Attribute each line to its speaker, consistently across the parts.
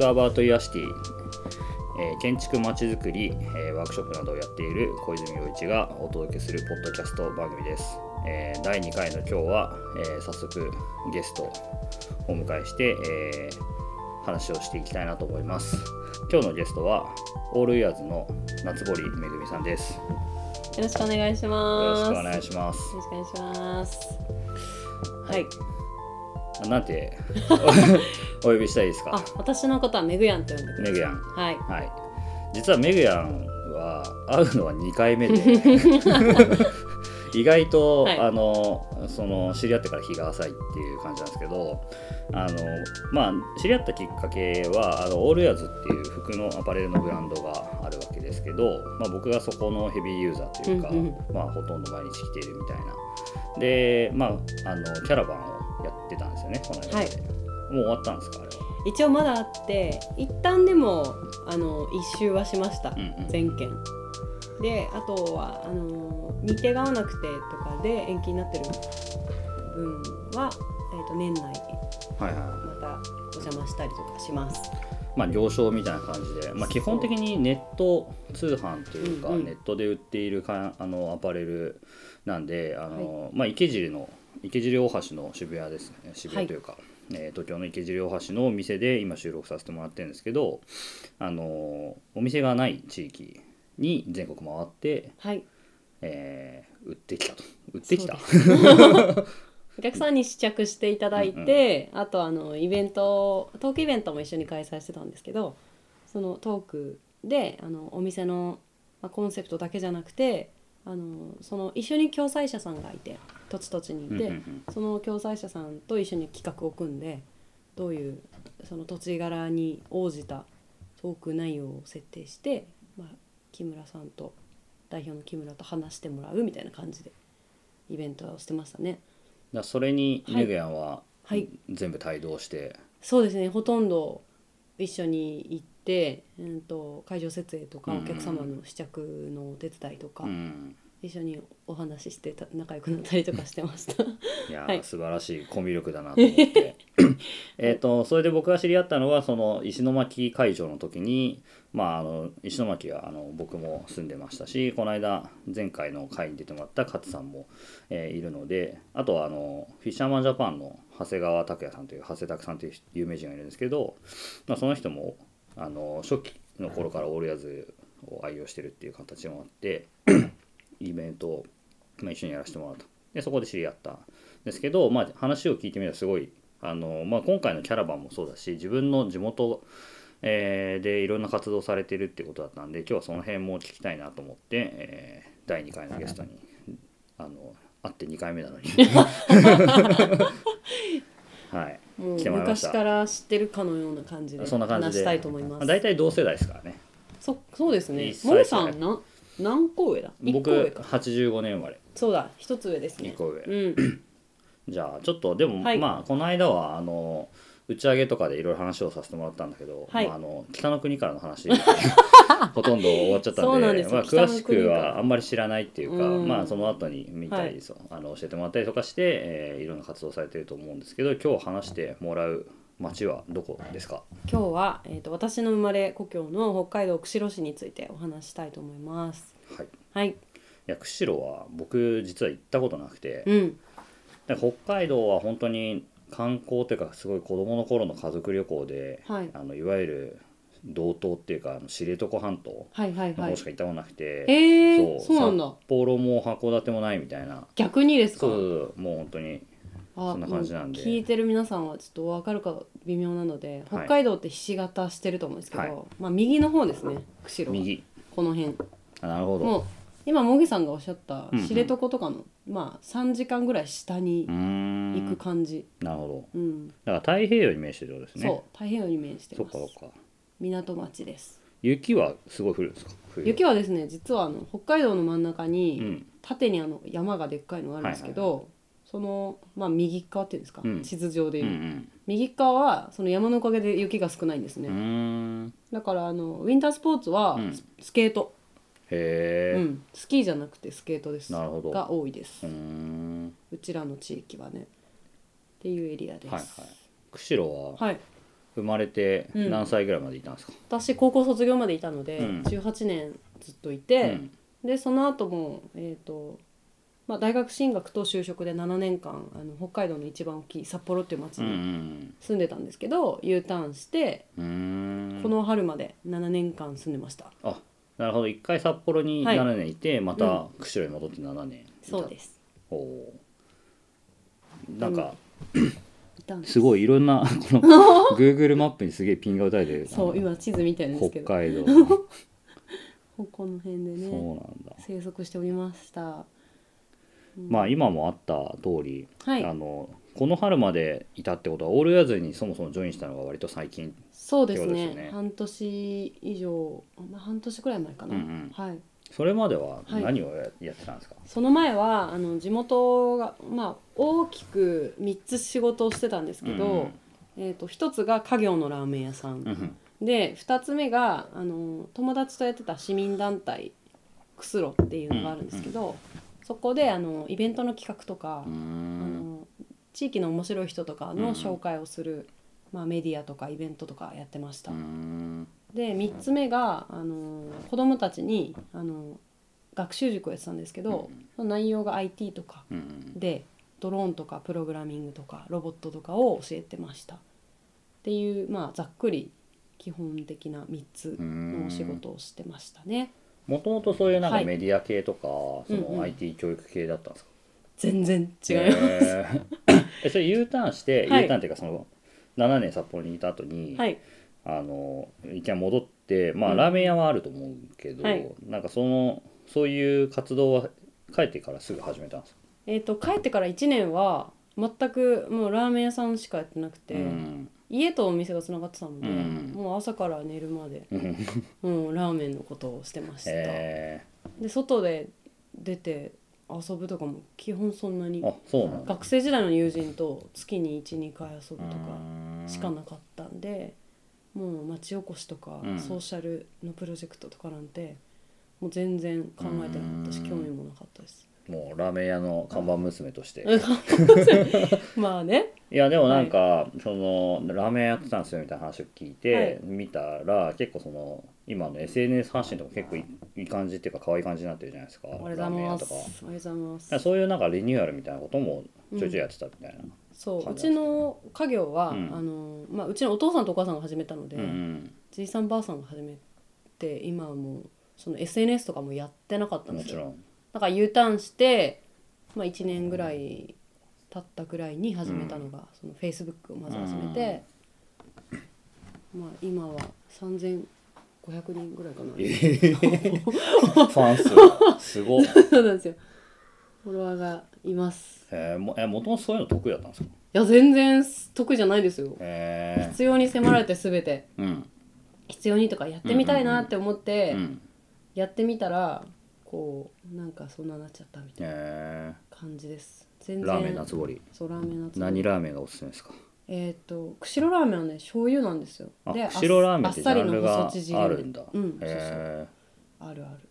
Speaker 1: ラバーとユアシティ、えー建築まちづくり、えーワークショップなどをやっている小泉洋一がお届けするポッドキャスト番組です。えー第2回の今日は、えー早速ゲストをお迎えして、えー話をしていきたいなと思います。今日のゲストはオールイヤーズの夏堀めぐみさんです。よ
Speaker 2: よろしくお願いし
Speaker 1: ろ
Speaker 2: ま
Speaker 1: し
Speaker 2: す。
Speaker 1: くお願いします。
Speaker 2: よろしくお願いします。はい。
Speaker 1: なんて お呼びしたいですか
Speaker 2: あ、私のことはメグヤンって呼んでく
Speaker 1: メ
Speaker 2: れ
Speaker 1: グ
Speaker 2: る。
Speaker 1: ヤン。
Speaker 2: はい。
Speaker 1: はい、実はメグヤンは会うのは2回目 で意外と、
Speaker 2: はい
Speaker 1: あのその知り合ってから日が浅いっていう感じなんですけどあの、まあ、知り合ったきっかけはあのオールヤーズっていう服のアパレルのブランドがあるわけですけど、まあ、僕がそこのヘビーユーザーというか、
Speaker 2: うんうん
Speaker 1: まあ、ほとんど毎日着ているみたいなで、まあ、あのキャラバンをやってたんですよねこの間まで、
Speaker 2: はい
Speaker 1: もう終わったんですかあれは。
Speaker 2: 一応まだあって、一旦でもあの一周はしました。
Speaker 1: うんうん
Speaker 2: 全件。で、あとはあの日程が合わなくてとかで延期になってる分は、えっ、と年内
Speaker 1: はいはい
Speaker 2: またお邪魔したりとかします。
Speaker 1: まあ、行商みたいな感じで、まあ、基本的にネット通販というか、
Speaker 2: うんうん
Speaker 1: ネットで売っているかあのアパレルなんであの、まあ、池尻の池尻大橋の渋谷ですね渋谷というか、えー東京の池尻大橋のお店で今収録させてもらってるんですけどあのお店がない地域に全国回って、
Speaker 2: はい。
Speaker 1: えー売ってきたと売ってきた
Speaker 2: お客さんに試着していただいて、あとあのイベントトークイベントも一緒に開催してたんですけどそのトークであのお店の、まあ、コンセプトだけじゃなくてあのその一緒に共催者さんがいて土地土地にいて、
Speaker 1: うんうんうん
Speaker 2: その共催者さんと一緒に企画を組んでどういうその土地柄に応じたトーク内容を設定して、まあ、木村さんと代表の木村と話してもらうみたいな感じでイベントをしてましたね。
Speaker 1: だからそれに
Speaker 2: はい
Speaker 1: メグヤンは
Speaker 2: はい
Speaker 1: 全部帯同して、
Speaker 2: そうですねほとんど一緒に行って、うん、と会場設営とか
Speaker 1: うん
Speaker 2: お客様の試着のお手伝いとか、
Speaker 1: うん
Speaker 2: 一緒にお話ししてた仲良くなったりとかしてまし た
Speaker 1: いやー、
Speaker 2: はい
Speaker 1: 素晴らしいコミュ力だなと思って えっとそれで僕が知り合ったのはその石巻会場の時に、まあ、あの石巻はあの僕も住んでましたしこの間前回の会に出てもらった勝さんも、えーいるのであとはあのフィッシャーマンジャパンの長谷川拓也さんという長谷拓さんという有名人がいるんですけど、まあ、その人もあの初期の頃からオールヤーズを愛用してるっていう形もあって。 イベントを、まあ、一緒にやらせてもらうとでそこで知り合ったんですけど、まあ、話を聞いてみるとすごいあの、まあ、今回のキャラバンもそうだし自分の地元、えーでいろんな活動されてるってことだったんで今日はその辺も聞きたいなと思って、えー第2回のゲストにあの会って2回目な のにはい
Speaker 2: もう
Speaker 1: 来てもらいまし
Speaker 2: 昔
Speaker 1: た
Speaker 2: から知ってるかのような感じで
Speaker 1: そんな感じ
Speaker 2: 話
Speaker 1: で
Speaker 2: したいと思いま
Speaker 1: あ
Speaker 2: す
Speaker 1: 大体同世代ですからね
Speaker 2: そそうですね
Speaker 1: 一歳
Speaker 2: ももさ
Speaker 1: です
Speaker 2: んな何個上だ一
Speaker 1: 僕
Speaker 2: 個上か
Speaker 1: 85年生まれ
Speaker 2: そうだ一つ上ですね
Speaker 1: 一個上
Speaker 2: うん
Speaker 1: じゃあちょっとでも、
Speaker 2: はい
Speaker 1: まあこの間はあの打ち上げとかでいろいろ話をさせてもらったんだけど、
Speaker 2: はい
Speaker 1: まあ、あの北の国からの 話ほとんど終わっちゃった
Speaker 2: そ
Speaker 1: ん
Speaker 2: う
Speaker 1: で
Speaker 2: なんですよ
Speaker 1: まあ、
Speaker 2: 北の
Speaker 1: 詳
Speaker 2: 国
Speaker 1: しくはあんまり知らないっていうか
Speaker 2: うん
Speaker 1: まあ、その後に見た
Speaker 2: は
Speaker 1: り、
Speaker 2: い
Speaker 1: そうあの教えてもらったりとかして、えーいろんな活動されてると思うんですけど今日話してもらう町はどこですか
Speaker 2: 今日は、えー、と私の生まれ故郷の北海道釧路市についてお話ししたいと思います
Speaker 1: はいい
Speaker 2: はい
Speaker 1: や釧路は僕実は行ったことなくて、
Speaker 2: うん
Speaker 1: で北海道は本当に観光というかすごい子供の頃の家族旅行で、
Speaker 2: はい
Speaker 1: あのいわゆる道東っていうかあの知床半島
Speaker 2: はいはい
Speaker 1: の
Speaker 2: は
Speaker 1: 方
Speaker 2: い
Speaker 1: しか行ったことなくて、
Speaker 2: えー、そうなんだ
Speaker 1: 札幌も函館もないみたいな
Speaker 2: 逆にです
Speaker 1: そ
Speaker 2: か
Speaker 1: うそうそうもう本当に
Speaker 2: あ
Speaker 1: そんな感じなんで
Speaker 2: もう聞いてる皆さんはちょっと分かるか微妙なので
Speaker 1: はい
Speaker 2: 北海道ってひし形してると思うんですけど、
Speaker 1: はい
Speaker 2: まあ、右の方ですね釧路は
Speaker 1: 右
Speaker 2: この辺
Speaker 1: あなるほど
Speaker 2: もう今茂木さんがおっしゃった
Speaker 1: うんうん
Speaker 2: 知床とかの、まあ3時間ぐらい下に
Speaker 1: うーん
Speaker 2: 行く感じ、
Speaker 1: なるほ
Speaker 2: うん
Speaker 1: どだから太平洋に面してるようですね
Speaker 2: そう太平洋に面して
Speaker 1: そっ
Speaker 2: ま
Speaker 1: か
Speaker 2: す
Speaker 1: そっか
Speaker 2: 港町です
Speaker 1: 雪はすごい降るんですか冬
Speaker 2: 雪はですね実はあの北海道の真ん中
Speaker 1: う
Speaker 2: に
Speaker 1: ん
Speaker 2: 縦にあの山がでっかいのがあるんですけど、その、まあ、右側っていうんですか、
Speaker 1: うん
Speaker 2: 地図上で
Speaker 1: う
Speaker 2: い
Speaker 1: ん
Speaker 2: う、右側はその山のおかげで雪が少ないんです
Speaker 1: うん
Speaker 2: ね、
Speaker 1: うーん
Speaker 2: だからあのウィンタースポーツは
Speaker 1: うん
Speaker 2: ス,、ケート、
Speaker 1: へ
Speaker 2: う
Speaker 1: え
Speaker 2: ん、スキーじゃなくてスケートです
Speaker 1: なるほど
Speaker 2: が多いです、
Speaker 1: うーん
Speaker 2: うちらの地域はねっていうエリアです
Speaker 1: はいはい釧路は
Speaker 2: はい、
Speaker 1: 生まれて
Speaker 2: うん
Speaker 1: 何歳ぐらいまでいたんですか、
Speaker 2: 私高校卒業までいたので、
Speaker 1: うん
Speaker 2: 18年ずっというて、
Speaker 1: ん
Speaker 2: でその後もえっ、とまあ、大学進学と就職で7年間あの北海道の一番大きい札幌っていう町
Speaker 1: うん
Speaker 2: に住んでたんですけど、U ターンして
Speaker 1: うんうんうーん
Speaker 2: この春まで7年間住んでました、
Speaker 1: あなるほど一回札幌に
Speaker 2: はい
Speaker 1: 7年いて、また釧路に戻って7年いた
Speaker 2: そうです
Speaker 1: おおーなんか
Speaker 2: いたんです
Speaker 1: すごいいろん なこの Google マップにすげえピンが打たれてる
Speaker 2: そ
Speaker 1: あ
Speaker 2: う
Speaker 1: の
Speaker 2: 今地図見てるんですけ
Speaker 1: 北
Speaker 2: ど
Speaker 1: 海 道の
Speaker 2: ここの辺で
Speaker 1: そう
Speaker 2: ね
Speaker 1: なんだ
Speaker 2: 生息しておりました、うん
Speaker 1: まあ今もあった通り、
Speaker 2: はい
Speaker 1: あのこの春までいたってことはオールヤズにそもそもジョインしたのが割と最近
Speaker 2: そうです
Speaker 1: って
Speaker 2: ね
Speaker 1: ことですよね
Speaker 2: 半年以上、まあ、半年くらい前かな、
Speaker 1: うんうん
Speaker 2: はい
Speaker 1: それまでは
Speaker 2: はい
Speaker 1: 何をややってたんですか、
Speaker 2: その前はあの地元が、まあ、大きく3つ仕事をしてたんですけど、えー、と1つが家業のラーメン屋さん、
Speaker 1: うんうん
Speaker 2: で2つ目があの友達とやってた市民団体クスロっていうのがあるんですけど、そこであのイベントの企画とか、
Speaker 1: う
Speaker 2: あ
Speaker 1: ん
Speaker 2: の地域の面白い人とか
Speaker 1: うん
Speaker 2: の紹介をする、まあ、メディアとかイベントとかやってました。
Speaker 1: うーん
Speaker 2: で3つ目が、あの子どもたちに、あの学習塾をやってたんですけど、その内容が IT とか
Speaker 1: うんうん
Speaker 2: でドローンとかプログラミングとかロボットとかを教えてましたっていう、まあ、ざっくり基本的な3つのお仕事をしてましたね。
Speaker 1: もともとそういうなんか
Speaker 2: はい
Speaker 1: メディア系とか、
Speaker 2: う
Speaker 1: そ
Speaker 2: んう
Speaker 1: の
Speaker 2: ん
Speaker 1: IT 教育系だったんですか、
Speaker 2: 全然違います、
Speaker 1: えー えそれ U ターンして、
Speaker 2: はい
Speaker 1: U ターンっていうかその7年札幌にいた後に、
Speaker 2: はい、
Speaker 1: あの一回戻ってまあ
Speaker 2: うん
Speaker 1: ラーメン屋はあると思うけど、
Speaker 2: はい
Speaker 1: なんかそのそういう活動は帰ってからすぐ始めたんですか
Speaker 2: えー、と帰ってから1年は全くもうラーメン屋さんしかやってなくて、
Speaker 1: うん
Speaker 2: 家とお店がつながってたので、
Speaker 1: うん
Speaker 2: もう朝から寝るまで、
Speaker 1: うん
Speaker 2: うん、ラーメンのことをしてました、
Speaker 1: へ
Speaker 2: で外で出て遊ぶとかも基本そんなに
Speaker 1: ー、あそうなんだ
Speaker 2: 学生時代の友人と月に12回遊ぶと
Speaker 1: う
Speaker 2: か
Speaker 1: ーん
Speaker 2: しかなかったんで、もう町おこしとか、
Speaker 1: うん
Speaker 2: ソーシャルのプロジェクトとかなんてもう全然考えてなかった
Speaker 1: う
Speaker 2: し、
Speaker 1: ん
Speaker 2: 興味もなかったです。
Speaker 1: もうラーメン屋の看板娘として、
Speaker 2: まあね、
Speaker 1: いやでもなんか、そのラーメン屋やってたんですよみたいな話を聞いて、
Speaker 2: はい
Speaker 1: 見たら結構その今の SNS 発信とか結構いいい感じっていうか可愛い感じになってるじゃないですかラ
Speaker 2: おはようござ
Speaker 1: ーメ
Speaker 2: い
Speaker 1: ン屋
Speaker 2: ま
Speaker 1: と
Speaker 2: す。
Speaker 1: か
Speaker 2: おはようございま
Speaker 1: なんか
Speaker 2: す。
Speaker 1: そういうなんかリニューアルみたいなこともちょいちょいやってたみたいな、
Speaker 2: そう、
Speaker 1: 感
Speaker 2: う
Speaker 1: じ
Speaker 2: ちの家業は、
Speaker 1: うん
Speaker 2: あのまあうちのお父さんとお母さんが始めたので、
Speaker 1: うんうん
Speaker 2: じいさんばあさんが始めて今はもうその SNS とかもやってなかったん
Speaker 1: も
Speaker 2: です
Speaker 1: ち
Speaker 2: よ。
Speaker 1: ろ ん
Speaker 2: だから U ターンして、まあ、1年ぐらい経ったぐらいに始めたのが、その Facebook をまず始めて、まあ、今は3500人ぐらいかな
Speaker 1: ファン数すごい
Speaker 2: そうなんですよフォロワーがいます
Speaker 1: えー、もえもともとそういうの得意だったんですか
Speaker 2: いや全然得意じゃないですよ
Speaker 1: え
Speaker 2: 必要に迫られて全て
Speaker 1: ー、うん
Speaker 2: 必要にとかやってみたいなって思って
Speaker 1: うん
Speaker 2: やってみたらこうなんかそんななっちゃったみたい
Speaker 1: え
Speaker 2: な感じです全
Speaker 1: ー、
Speaker 2: 然
Speaker 1: ラーメン夏堀
Speaker 2: そうラーメン夏
Speaker 1: 何ラーメンがおすすめですか
Speaker 2: えっ、と釧路ラーメンはね醤油なんですよ
Speaker 1: あ
Speaker 2: であっ
Speaker 1: 釧路ラーメンってジャンル
Speaker 2: あ
Speaker 1: が
Speaker 2: っさりの細縮
Speaker 1: あるんだ
Speaker 2: うんそうそう
Speaker 1: えー
Speaker 2: あるある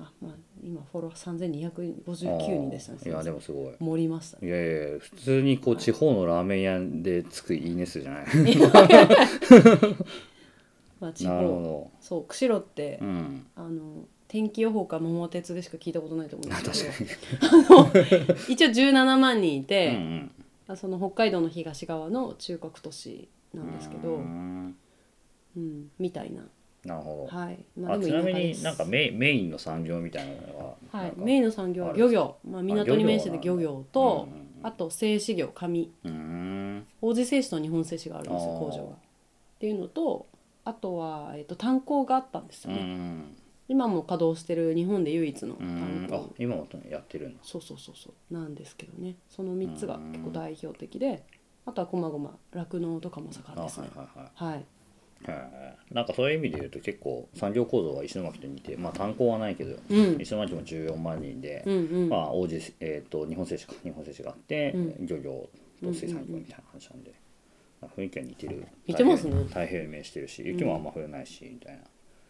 Speaker 2: あまあ今フォロワー3259人でしたね
Speaker 1: あーいやでもすごい
Speaker 2: 盛りましたね
Speaker 1: いやいやいや普通にこう地方のラーメン屋でつくいいね数じゃない
Speaker 2: まあ地
Speaker 1: なる
Speaker 2: 方
Speaker 1: ほ
Speaker 2: そう釧路って、
Speaker 1: どうん
Speaker 2: あの天気予報か桃鉄でしか聞いたことないと思うんです
Speaker 1: 確か
Speaker 2: けど一応17万人い
Speaker 1: に、う
Speaker 2: て、
Speaker 1: ん
Speaker 2: あその北海道の東側の中核都市なんですけど、
Speaker 1: うー
Speaker 2: うん
Speaker 1: ん
Speaker 2: みたいな
Speaker 1: なるほど、
Speaker 2: はい、
Speaker 1: あ、ちなみになんかメ
Speaker 2: メ,、
Speaker 1: インメインの産業みたいなのは
Speaker 2: は
Speaker 1: ないん、か
Speaker 2: メインの産業は
Speaker 1: あるん
Speaker 2: 漁
Speaker 1: です
Speaker 2: 業、まあ、港に面してて漁業と、あと製紙業紙
Speaker 1: うんうんうん
Speaker 2: 王子製紙と日本製紙があるんですよ
Speaker 1: あー
Speaker 2: 工場が。っていうのとあとは、えっと炭鉱があったんです
Speaker 1: う
Speaker 2: よ
Speaker 1: んう
Speaker 2: ね、
Speaker 1: ん
Speaker 2: 今も稼働してる日本で唯一の
Speaker 1: う
Speaker 2: 炭
Speaker 1: ん
Speaker 2: 鉱、
Speaker 1: あ今もやってるんだ
Speaker 2: そうそうそうそうなんですけどねその3つが結構代表的であとはこまごま酪農とかも盛
Speaker 1: あ
Speaker 2: ん
Speaker 1: は
Speaker 2: で
Speaker 1: い
Speaker 2: すね。
Speaker 1: はいはい
Speaker 2: はい、
Speaker 1: へーなんかそういう意味で言うと結構産業構造は石巻と似てまあ炭鉱はないけど、
Speaker 2: うん
Speaker 1: 石巻も14万人で、
Speaker 2: うんうん、
Speaker 1: まあ、王子、えー、と日本製紙か日本製紙があって、
Speaker 2: うん
Speaker 1: 漁業と水産業みたいな話なんで、まあ雰囲気は似てる
Speaker 2: 似てますね
Speaker 1: 太平洋に面してるし雪もあんま降らないし、みたいな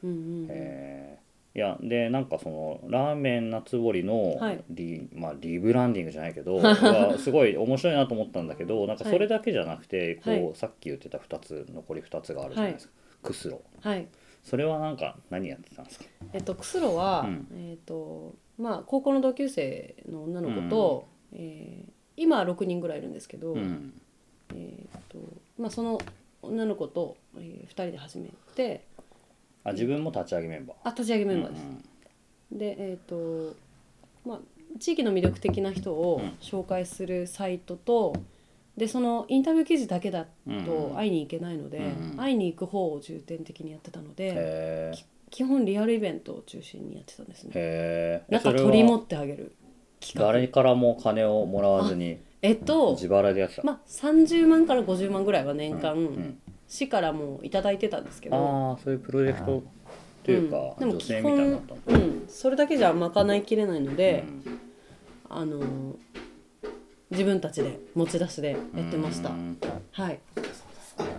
Speaker 2: うんうんうん
Speaker 1: えいやでなんかそのラーメン夏堀の
Speaker 2: はい
Speaker 1: リ,、まあ、リブランディングじゃないけ どがすごい面白いなと思ったんだけどなんか
Speaker 2: はい
Speaker 1: それだけじゃなくて、
Speaker 2: は
Speaker 1: こ
Speaker 2: いう
Speaker 1: さっき言ってた2つ残り2つがあるじゃないですか、クスロ
Speaker 2: はい
Speaker 1: それはなんか何やってたんですか
Speaker 2: えっとクスロは、
Speaker 1: うん
Speaker 2: えっとまあ高校の同級生の女の子と、えー今は6人ぐらいいるんですけど、
Speaker 1: うん
Speaker 2: えっとまあその女の子と、え2人で始めて
Speaker 1: あ自分も立ち上げメンバー
Speaker 2: あ立ち上げメンバーです、でえっ、とまあ地域の魅力的な人を
Speaker 1: うん
Speaker 2: 紹介するサイトと、でそのインタビュー記事だけだ
Speaker 1: うんうん
Speaker 2: と
Speaker 1: うん
Speaker 2: 会いに行けないので、
Speaker 1: うん
Speaker 2: 会いに行く方を重点的にやってたので、
Speaker 1: へー
Speaker 2: 基本リアルイベントを中心にやってたんですね。
Speaker 1: へーえ
Speaker 2: なんか
Speaker 1: それ
Speaker 2: 取り持
Speaker 1: は
Speaker 2: ってあげる企
Speaker 1: 誰
Speaker 2: 画。
Speaker 1: からも金をもらわずに
Speaker 2: えっと
Speaker 1: 自腹でやってた、
Speaker 2: まあ30万から50万ぐらいは年間、
Speaker 1: うんうん
Speaker 2: 市からもういただいてたんですけど、
Speaker 1: ああそういうプロジェクトっていうか、
Speaker 2: うんでも
Speaker 1: 女性みたいになったんだ
Speaker 2: うん、それだけじゃ賄いきれないので。あのー自分たちで持ち出しでやってました。
Speaker 1: うん
Speaker 2: はい。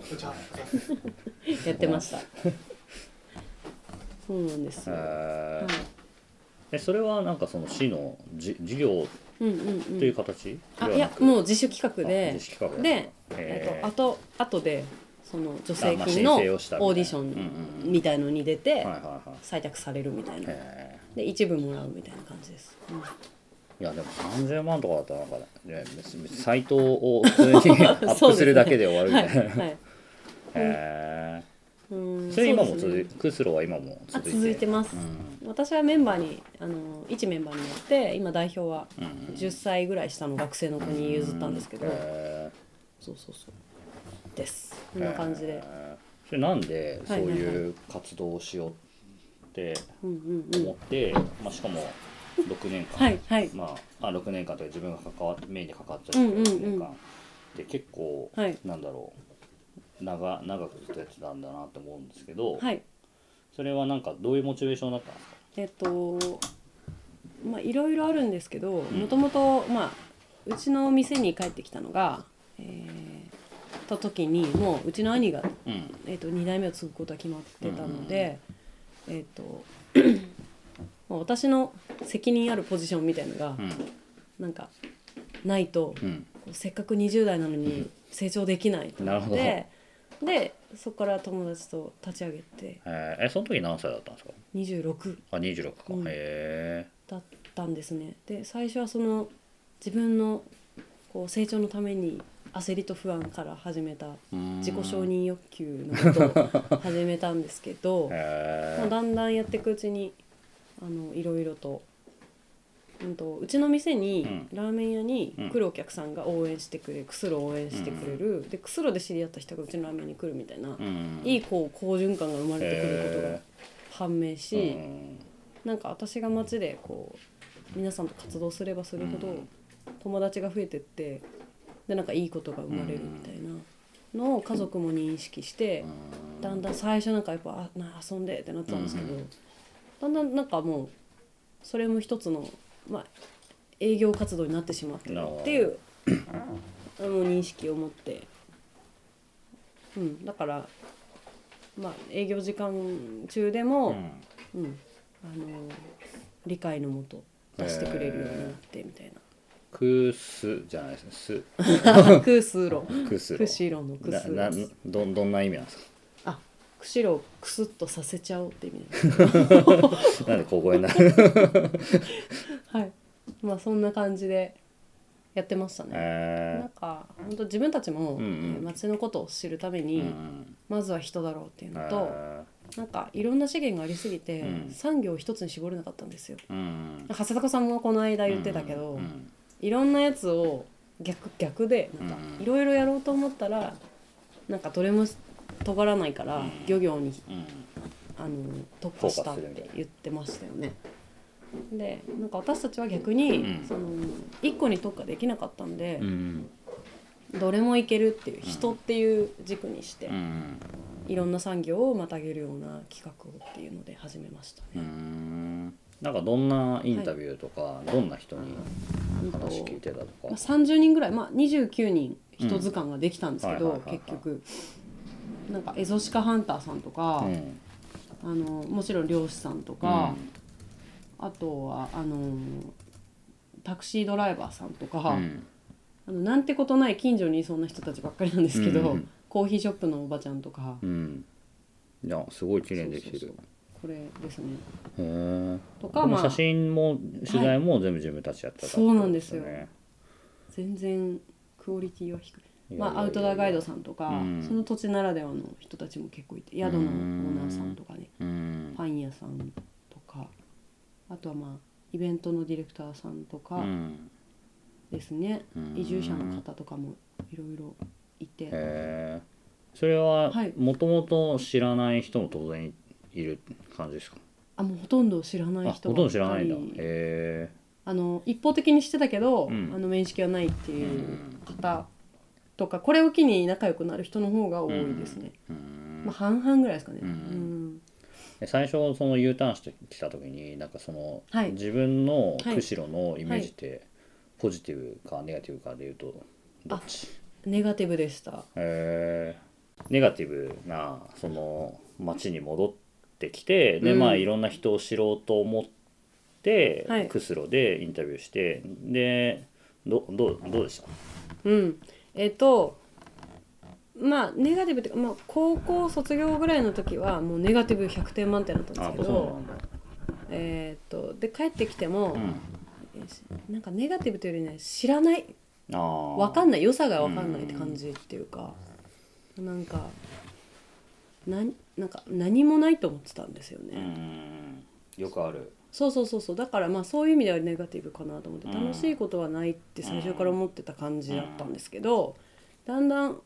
Speaker 2: やってました。そうなんです
Speaker 1: へ
Speaker 2: よ。は
Speaker 1: ーえそれはなんかその市のじ事業
Speaker 2: い。うんうん
Speaker 1: と
Speaker 2: う
Speaker 1: い
Speaker 2: ん
Speaker 1: う。形
Speaker 2: あ
Speaker 1: で
Speaker 2: い
Speaker 1: はな
Speaker 2: や
Speaker 1: く
Speaker 2: もう自主企画
Speaker 1: あ
Speaker 2: で
Speaker 1: 自、主企画
Speaker 2: でえ
Speaker 1: え
Speaker 2: っとあと後でその助
Speaker 1: あ
Speaker 2: 成
Speaker 1: まあ
Speaker 2: 金のオ
Speaker 1: 申請をしたみたいな
Speaker 2: ーディショ
Speaker 1: うんうんう
Speaker 2: ン
Speaker 1: ん
Speaker 2: みたいのに出て
Speaker 1: はいはいはい
Speaker 2: 採択されるみたいな。
Speaker 1: え
Speaker 2: で一部もらうみたいな感じです。うん
Speaker 1: ーいやでも30万とかだったらなんかね別に別にサイトを普 通にアップするだけで終わるみ
Speaker 2: は
Speaker 1: た
Speaker 2: い
Speaker 1: いなへ
Speaker 2: はい。
Speaker 1: え
Speaker 2: うん
Speaker 1: それ今も
Speaker 2: そう
Speaker 1: 続い
Speaker 2: ですね
Speaker 1: クスロは今も続いて
Speaker 2: あ続いてます
Speaker 1: うん
Speaker 2: 私はメンバーにあの一メンバーになって今代表は
Speaker 1: うんうん
Speaker 2: 10歳ぐらい下の学生の子に譲ったんですけど、
Speaker 1: へ
Speaker 2: そうそうそうです
Speaker 1: ー
Speaker 2: こんな感じで、
Speaker 1: へーそれなんでそう
Speaker 2: はいはいはい
Speaker 1: いう活動をしようって
Speaker 2: うんうんう
Speaker 1: 思
Speaker 2: ん
Speaker 1: って、まあ、しかも6年間、
Speaker 2: はいはい
Speaker 1: まあ、あ6年間というか自分が関わってメインで関わってた
Speaker 2: うんうんうん
Speaker 1: 6年間で結構、
Speaker 2: はい
Speaker 1: なんだろう長長くずっとやってたんだなって思うんですけど、
Speaker 2: はい
Speaker 1: それはなんかどういうモチベーションだったんですか
Speaker 2: えっとまあいろいろあるんですけ
Speaker 1: ん
Speaker 2: どもともとまあうちの店に帰ってきたのがえー、た時にもううちの兄が、
Speaker 1: うん
Speaker 2: えっと2代目を継ぐことは決まってたので、えっと まあ私の責任あるポジションみたいのが、
Speaker 1: うん
Speaker 2: なんかないと、
Speaker 1: うん
Speaker 2: せっかく20代なのに成長できないと思ってでそこから友達と立ち上げて
Speaker 1: えーえその時何歳だったんですか
Speaker 2: 26
Speaker 1: あ26か、
Speaker 2: うん
Speaker 1: へえ
Speaker 2: だったんですねで最初はその自分のこう成長のために焦りと不安から始めた自己承認欲求のこと を始めたんですけど、
Speaker 1: へ
Speaker 2: まあ、だんだんやっていくうちにあのいろいろと,、うん、とうちの店に、ラーメン屋に来るお客さんが応援してくれるクスロを応援してくれる、でクスロで知り合った人がうちのラーメンに来るみたいな、
Speaker 1: うん
Speaker 2: い
Speaker 1: い
Speaker 2: いこう好循環が生まれてくることが
Speaker 1: へ
Speaker 2: 判明し、
Speaker 1: うん
Speaker 2: なんか私が街でこう皆さんと活動すればするほど、
Speaker 1: うん
Speaker 2: 友達が増えてってでなんかいいことが生まれるみたいなのを家族も認識して。
Speaker 1: うん
Speaker 2: だんだん最初なんかやっぱあな遊んでってなってたんですけど、
Speaker 1: うんう
Speaker 2: だんだんなんかもうそれも一つの、まあ、営業活動になってしまってるっていうあの認識を持って、うん、だから、まあ、営業時間中で
Speaker 1: う
Speaker 2: も、
Speaker 1: ん
Speaker 2: うんあの理解のもと出してくれるようになってみたいな。
Speaker 1: クスじゃないですねス
Speaker 2: クースーロン
Speaker 1: クスロ
Speaker 2: クシロンのクス
Speaker 1: なな
Speaker 2: ーロン
Speaker 1: どどんな意味なんです か
Speaker 2: あクシロをクスッとさせちゃおうって意味です
Speaker 1: なんで小声になる
Speaker 2: はい、まあそんな感じでやってましたね。な
Speaker 1: え
Speaker 2: んか本当自分たちも、
Speaker 1: んうん
Speaker 2: えー街のことを知るため
Speaker 1: ー
Speaker 2: に、
Speaker 1: うん
Speaker 2: まずは人だろうっていうのと、
Speaker 1: え
Speaker 2: なんかいろんな資源がありすぎて、
Speaker 1: うん
Speaker 2: 産業を一つに絞れなかったんですよ。
Speaker 1: ーうん
Speaker 2: 長谷田さんもこの間言ってたけど、
Speaker 1: うん
Speaker 2: いろんなやつを逆逆でなんか
Speaker 1: うん
Speaker 2: いろいろやろうと思ったらなんかどれも尖らないから、
Speaker 1: うん
Speaker 2: 漁業に
Speaker 1: うん
Speaker 2: あの特化したって言ってましたよね。でなんか私たちは逆に、
Speaker 1: うん
Speaker 2: その1個に特化できなかったんで
Speaker 1: う、ん
Speaker 2: どれもいけるっていう人っていう軸にして、
Speaker 1: うん
Speaker 2: いろんな産業をまたげるような企画をっていうので始めましたね。
Speaker 1: うんなんかどんなインタビューとか、どんな人に
Speaker 2: うんと
Speaker 1: 話聞いてたとか
Speaker 2: まあ、30人ぐらい、まあ、29人人図鑑ができたんですけ
Speaker 1: うんは
Speaker 2: ど
Speaker 1: いはいはいはい
Speaker 2: 結局なんかエゾシカハンターさんとか、
Speaker 1: うん
Speaker 2: ああのもちろん漁師さんとか、あとはあのタクシードライバーさんとか、
Speaker 1: うん
Speaker 2: あのなんてことない近所にいそうな人たちばっかりなんですけど、
Speaker 1: うん
Speaker 2: コーヒーショップのおばちゃんとか、
Speaker 1: うんいやすごい綺麗にできて
Speaker 2: そう
Speaker 1: る
Speaker 2: そうそうこれですね
Speaker 1: へえ
Speaker 2: とか
Speaker 1: この
Speaker 2: まあ
Speaker 1: 写真も取材も全部自分たちやってたってことね、
Speaker 2: そうなんですよ全然クオリティは低い
Speaker 1: いやいやいやいや
Speaker 2: まあ、アウトドアガイドさんとか、
Speaker 1: うん
Speaker 2: その土地ならではの人たちも結構いて宿のオーナーさんとかね
Speaker 1: うん
Speaker 2: パン屋さんとかあとはまあイベントのディレクターさんとか
Speaker 1: うん
Speaker 2: ですね、
Speaker 1: うん
Speaker 2: 移住者の方とかもいろいろいて、
Speaker 1: へえそれは
Speaker 2: はい
Speaker 1: もともと知らない人も当然いる感じですか、
Speaker 2: あもうほとんど知らない
Speaker 1: あ
Speaker 2: 人
Speaker 1: ほとんど知らないんだ
Speaker 2: ばっかり
Speaker 1: へ
Speaker 2: あの一方的にしてたけど、
Speaker 1: うん
Speaker 2: あの面識はないって
Speaker 1: えう
Speaker 2: いうん方とかこれを機に仲良くなる人の方が多いですね、
Speaker 1: うん
Speaker 2: まあ、半々ぐらいですかね、
Speaker 1: うん
Speaker 2: うん
Speaker 1: え最初その U ターンしてきた時になんかその、
Speaker 2: はい
Speaker 1: 自分の
Speaker 2: はい
Speaker 1: 釧路のイメージって、ポジティブかネガティブかでいうとどっち
Speaker 2: ネガティブでした
Speaker 1: えーネガティブなその町に戻ってきてで、
Speaker 2: うん
Speaker 1: まあいろんな人を知ろうと思って、
Speaker 2: はい
Speaker 1: 釧路でインタビューしてでどどうどうでした
Speaker 2: うん、えっ、とまあネガティブっていうか、まあ、高校卒業ぐらいの時はもうネガティブ100点満点だったんです
Speaker 1: あ
Speaker 2: け
Speaker 1: そうな
Speaker 2: ど
Speaker 1: んだ、
Speaker 2: えっ、とで帰ってきても、
Speaker 1: うん、
Speaker 2: なんかネガティブというよりね知らない
Speaker 1: ああ
Speaker 2: わかん
Speaker 1: ない
Speaker 2: ない良さがわかんないって感じっていうか、なんかなんなんか何もないと思ってたんですよね、
Speaker 1: うんよくある
Speaker 2: そうそうそうそうだからまあそういう意味ではネガティブかなと思って、
Speaker 1: うん
Speaker 2: 楽しいことはないって最初から思ってた感じだったんですけど、だんだん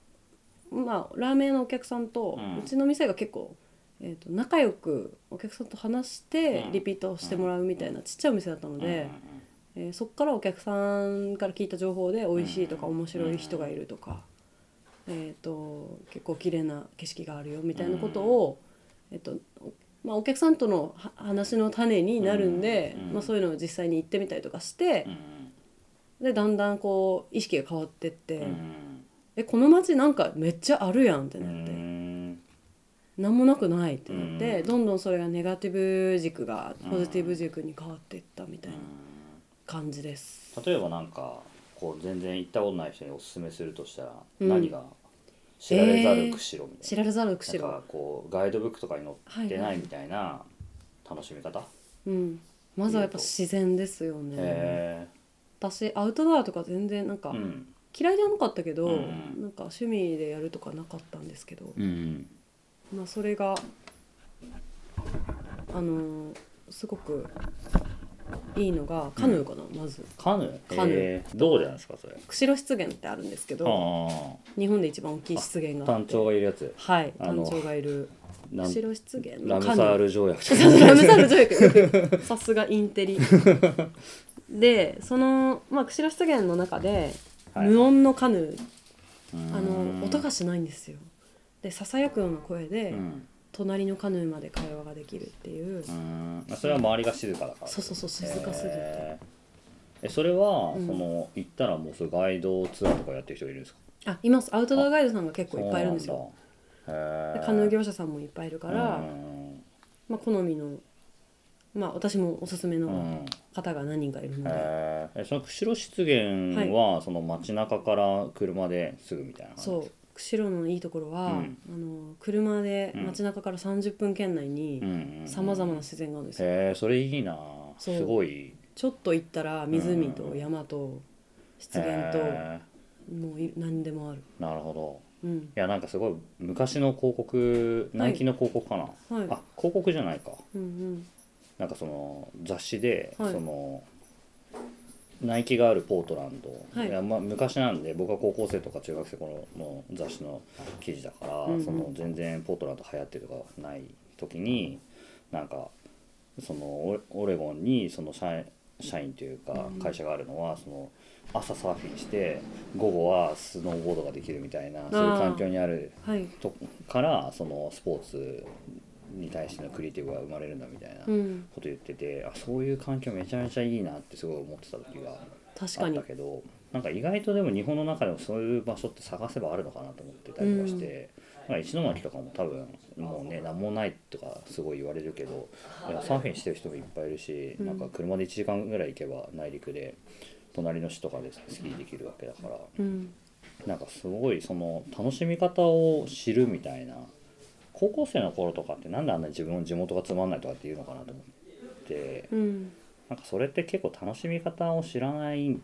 Speaker 2: まあラーメン屋のお客さんと、
Speaker 1: う
Speaker 2: うんちの店が結構、えー、と仲良くお客さんと話して
Speaker 1: うん
Speaker 2: リピートしてもらうみたいなちっちゃいお店だったので、えーそっからお客さんから聞いた情報で美味しいとか
Speaker 1: うん
Speaker 2: 面白い人がいるとか、えー、と結構綺麗な景色があるよみたいなことを、えーとおまあ、お客さんとのは話の種になるんで、
Speaker 1: うんうん
Speaker 2: まあ、そういうのを実際に行ってみたりとかして
Speaker 1: うん、
Speaker 2: でだんだんこう意識が変わってって、
Speaker 1: うん
Speaker 2: えこの街なんかめっちゃあるやんって
Speaker 1: うんう
Speaker 2: なって、
Speaker 1: ん
Speaker 2: なんもなくないってなって、
Speaker 1: うん
Speaker 2: どんどんそれがネガティブ軸が
Speaker 1: うん
Speaker 2: ポジティブ軸に変わっていったみたいな感じです。
Speaker 1: 例えばなんかこう全然行ったことない人におすすめするとしたら、
Speaker 2: うん
Speaker 1: 何が知られざる釧路みたいな、
Speaker 2: 知られざる釧
Speaker 1: な
Speaker 2: 路
Speaker 1: んかこうガイドブックとかに載って
Speaker 2: は
Speaker 1: ない
Speaker 2: はい
Speaker 1: いみたいな楽しみ方、
Speaker 2: うん、まずはやっぱ自然ですよね、
Speaker 1: へ
Speaker 2: 私アウトドアとか全然なんか
Speaker 1: えうん
Speaker 2: 嫌いじゃなかったけど、
Speaker 1: うんうん
Speaker 2: なんか趣味でやるとかなかったんですけど、
Speaker 1: うん
Speaker 2: まあそれがあのーすごくいいのがカヌーかな、まず
Speaker 1: カヌー
Speaker 2: カヌー
Speaker 1: へえどうじゃないですかそれ
Speaker 2: 釧路湿原ってあるんですけど
Speaker 1: あ
Speaker 2: 日本で一番大きい湿原
Speaker 1: あ
Speaker 2: があっ
Speaker 1: 単
Speaker 2: て
Speaker 1: 調がいるやつ
Speaker 2: はい
Speaker 1: あの
Speaker 2: 単調がいる
Speaker 1: なん
Speaker 2: 釧路湿原
Speaker 1: ラ
Speaker 2: の
Speaker 1: ム
Speaker 2: カ
Speaker 1: サ
Speaker 2: ヌー
Speaker 1: ール条約とか
Speaker 2: ラムサール条約さすがイン テリでその、まあ、釧路湿原の中で、
Speaker 1: はい
Speaker 2: 無音のカヌーあ
Speaker 1: うん
Speaker 2: の音がしないんですよでささやくような声で、
Speaker 1: うん
Speaker 2: 隣のカヌーまで会話ができるっていう、
Speaker 1: うんあそれは周りが静かだから
Speaker 2: そうそうそう静かすぎて
Speaker 1: へええそれは、
Speaker 2: うん
Speaker 1: その行ったらもうそういうガイドツアーとかやってる人いるんですか
Speaker 2: あいますアウトドアガイドさんが結構いっぱいいるんですよ
Speaker 1: そうなんだへ
Speaker 2: で
Speaker 1: え
Speaker 2: カヌー業者さんもいっぱいいるから、
Speaker 1: うん
Speaker 2: まあ、好みのまあ私もおすすめ
Speaker 1: う
Speaker 2: の
Speaker 1: ん
Speaker 2: 方が何人かいるので、
Speaker 1: へえその釧路湿原は、その街中から車ですぐみたいな感じ
Speaker 2: そう釧路のいいところは、
Speaker 1: うん
Speaker 2: あの車で街中から30分圏内に
Speaker 1: うんうん
Speaker 2: さまざまな自然があるんですよ、
Speaker 1: へえそれいいな
Speaker 2: そう
Speaker 1: すごい
Speaker 2: ちょっと行ったら湖と山と湿原と
Speaker 1: へ
Speaker 2: もうい何でもある
Speaker 1: えなるほど
Speaker 2: うん
Speaker 1: いやなんかすごい昔の広告ナイキの広告かな、
Speaker 2: はい
Speaker 1: あ広告じゃないか
Speaker 2: うんうん
Speaker 1: なんかその雑誌で、
Speaker 2: はい
Speaker 1: そのナイキがあるポートランド、
Speaker 2: はい
Speaker 1: やまあ、昔なんで僕は高校生とか中学生頃の雑誌の記事だから、
Speaker 2: うんうん
Speaker 1: その全然ポートランド流行ってるとかない時になんかそのオオレゴンにその社社員というか
Speaker 2: うん
Speaker 1: 会社があるのはその朝サーフィンして午後はスノーボードができるみたいなそういう環境にある
Speaker 2: はい
Speaker 1: とからそのスポーツに対してのクリエイティブが生まれるんだみたいな。
Speaker 2: うん
Speaker 1: こと言っててあそういう環境めちゃめちゃいいなってすごい思ってた時が
Speaker 2: 確
Speaker 1: あ
Speaker 2: か
Speaker 1: っ
Speaker 2: に
Speaker 1: たけどなんか意外とでも日本の中でもそういう場所って探せばあるのかなと思ってたりとかして、まあ石巻とかも多分もうね何もないとかすごい言われるけどいやサーフィンしてる人もいっぱいいるし、
Speaker 2: うん
Speaker 1: なんか車で1時間ぐらい行けば内陸で隣の市とかでスキーできるわけだから
Speaker 2: うん
Speaker 1: なんかすごいその楽しみ方を知るみたいな高校生の頃とかってなんであんなに自分の地元がつまんないとかって言うのかなと思って
Speaker 2: うん
Speaker 1: なんかそれって結構楽しみ方を知らない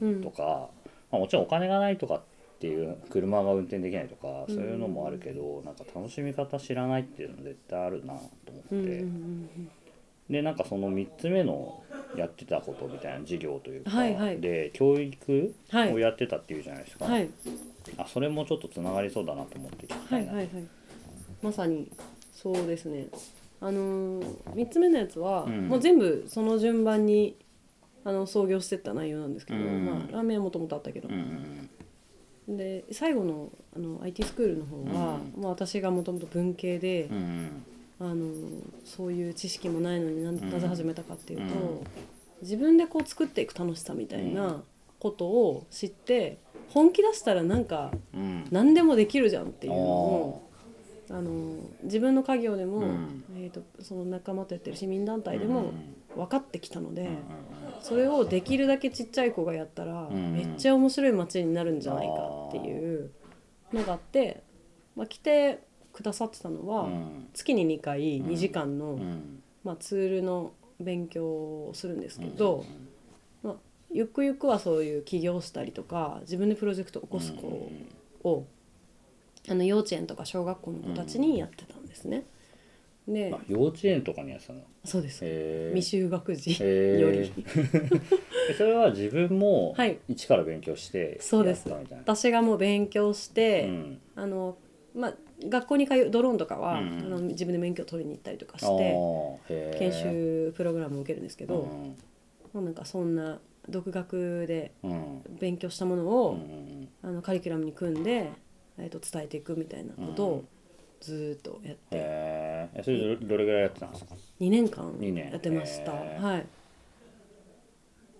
Speaker 2: うん
Speaker 1: とか、まあ、もちろんお金がないとかっていう車が運転できないとかそういうのもあるけど、なんか楽しみ方知らないっていうの絶対あるなと思って、
Speaker 2: うんうん
Speaker 1: でなんかその3つ目のやってたことみたいな事業というか、
Speaker 2: はいはい
Speaker 1: で教育
Speaker 2: はい
Speaker 1: をやってたっていうじゃないですか、
Speaker 2: はい
Speaker 1: あそれもちょっとつながりそうだなと思って聞き
Speaker 2: は
Speaker 1: た
Speaker 2: い
Speaker 1: いな、
Speaker 2: はいはいまさにそうですねあのー、3つ目のやつは、
Speaker 1: うん
Speaker 2: もう全部その順番にあの創業してった内容なんですけど、
Speaker 1: うん
Speaker 2: まあ、ラーメンはもともとあったけど
Speaker 1: うんう、ん
Speaker 2: で最後のあの IT スクールの方は、もう私がもともと文系で
Speaker 1: うんう、ん
Speaker 2: あのそういう知識もないのにな
Speaker 1: うん
Speaker 2: なぜ始めたかっていうと、
Speaker 1: うん
Speaker 2: 自分でこう作っていく楽しさみたいうなことを知って本気出したらなんか
Speaker 1: うん
Speaker 2: 何でもできるじゃんっていうの
Speaker 1: お
Speaker 2: をあの自分の家業でも、
Speaker 1: うん
Speaker 2: えー、とその仲間とやってる市民団
Speaker 1: ー
Speaker 2: 体で
Speaker 1: うん
Speaker 2: も分かってきたので、
Speaker 1: うん
Speaker 2: それをできるだけちっちゃい子がやったら、
Speaker 1: うん
Speaker 2: めっちゃ面白い街になるんじゃないかっていうのがあって、まあ、来てくださってたのは。
Speaker 1: うん
Speaker 2: 月に2回
Speaker 1: うん
Speaker 2: 2時間の、
Speaker 1: うんうん
Speaker 2: まあ、ツールの勉強をするんですけど、ゆくゆくはそういう起業したりとか自分でプロジェクトを起こす子を、あの幼稚園とか小学校の子たちにやってたんですね。で、
Speaker 1: あ幼稚園とかにやってたの
Speaker 2: そうです、
Speaker 1: へー
Speaker 2: 未就学児
Speaker 1: へー
Speaker 2: より、
Speaker 1: えそれは自分も
Speaker 2: はい
Speaker 1: 一から勉強して
Speaker 2: そうです
Speaker 1: やったみたいな。
Speaker 2: 私がもう勉強して、
Speaker 1: うん
Speaker 2: あのまあ、学校に通うドローンとかは、
Speaker 1: うん
Speaker 2: あの自分で免許取りに行ったりとか
Speaker 1: あー
Speaker 2: して
Speaker 1: へー
Speaker 2: 研修プログラムを受けるんですけど、
Speaker 1: うん
Speaker 2: もうなんかそんな独学で
Speaker 1: うん
Speaker 2: 勉強したもの
Speaker 1: うんう
Speaker 2: を、
Speaker 1: ん
Speaker 2: あのカリキュラムに組んで、えー、と伝えていくみたいなこと
Speaker 1: う
Speaker 2: を
Speaker 1: ん
Speaker 2: ずーっとやって、
Speaker 1: へーえそれどどれぐらいやってたんですか
Speaker 2: 2年間
Speaker 1: 二年
Speaker 2: やってました、
Speaker 1: へー
Speaker 2: はい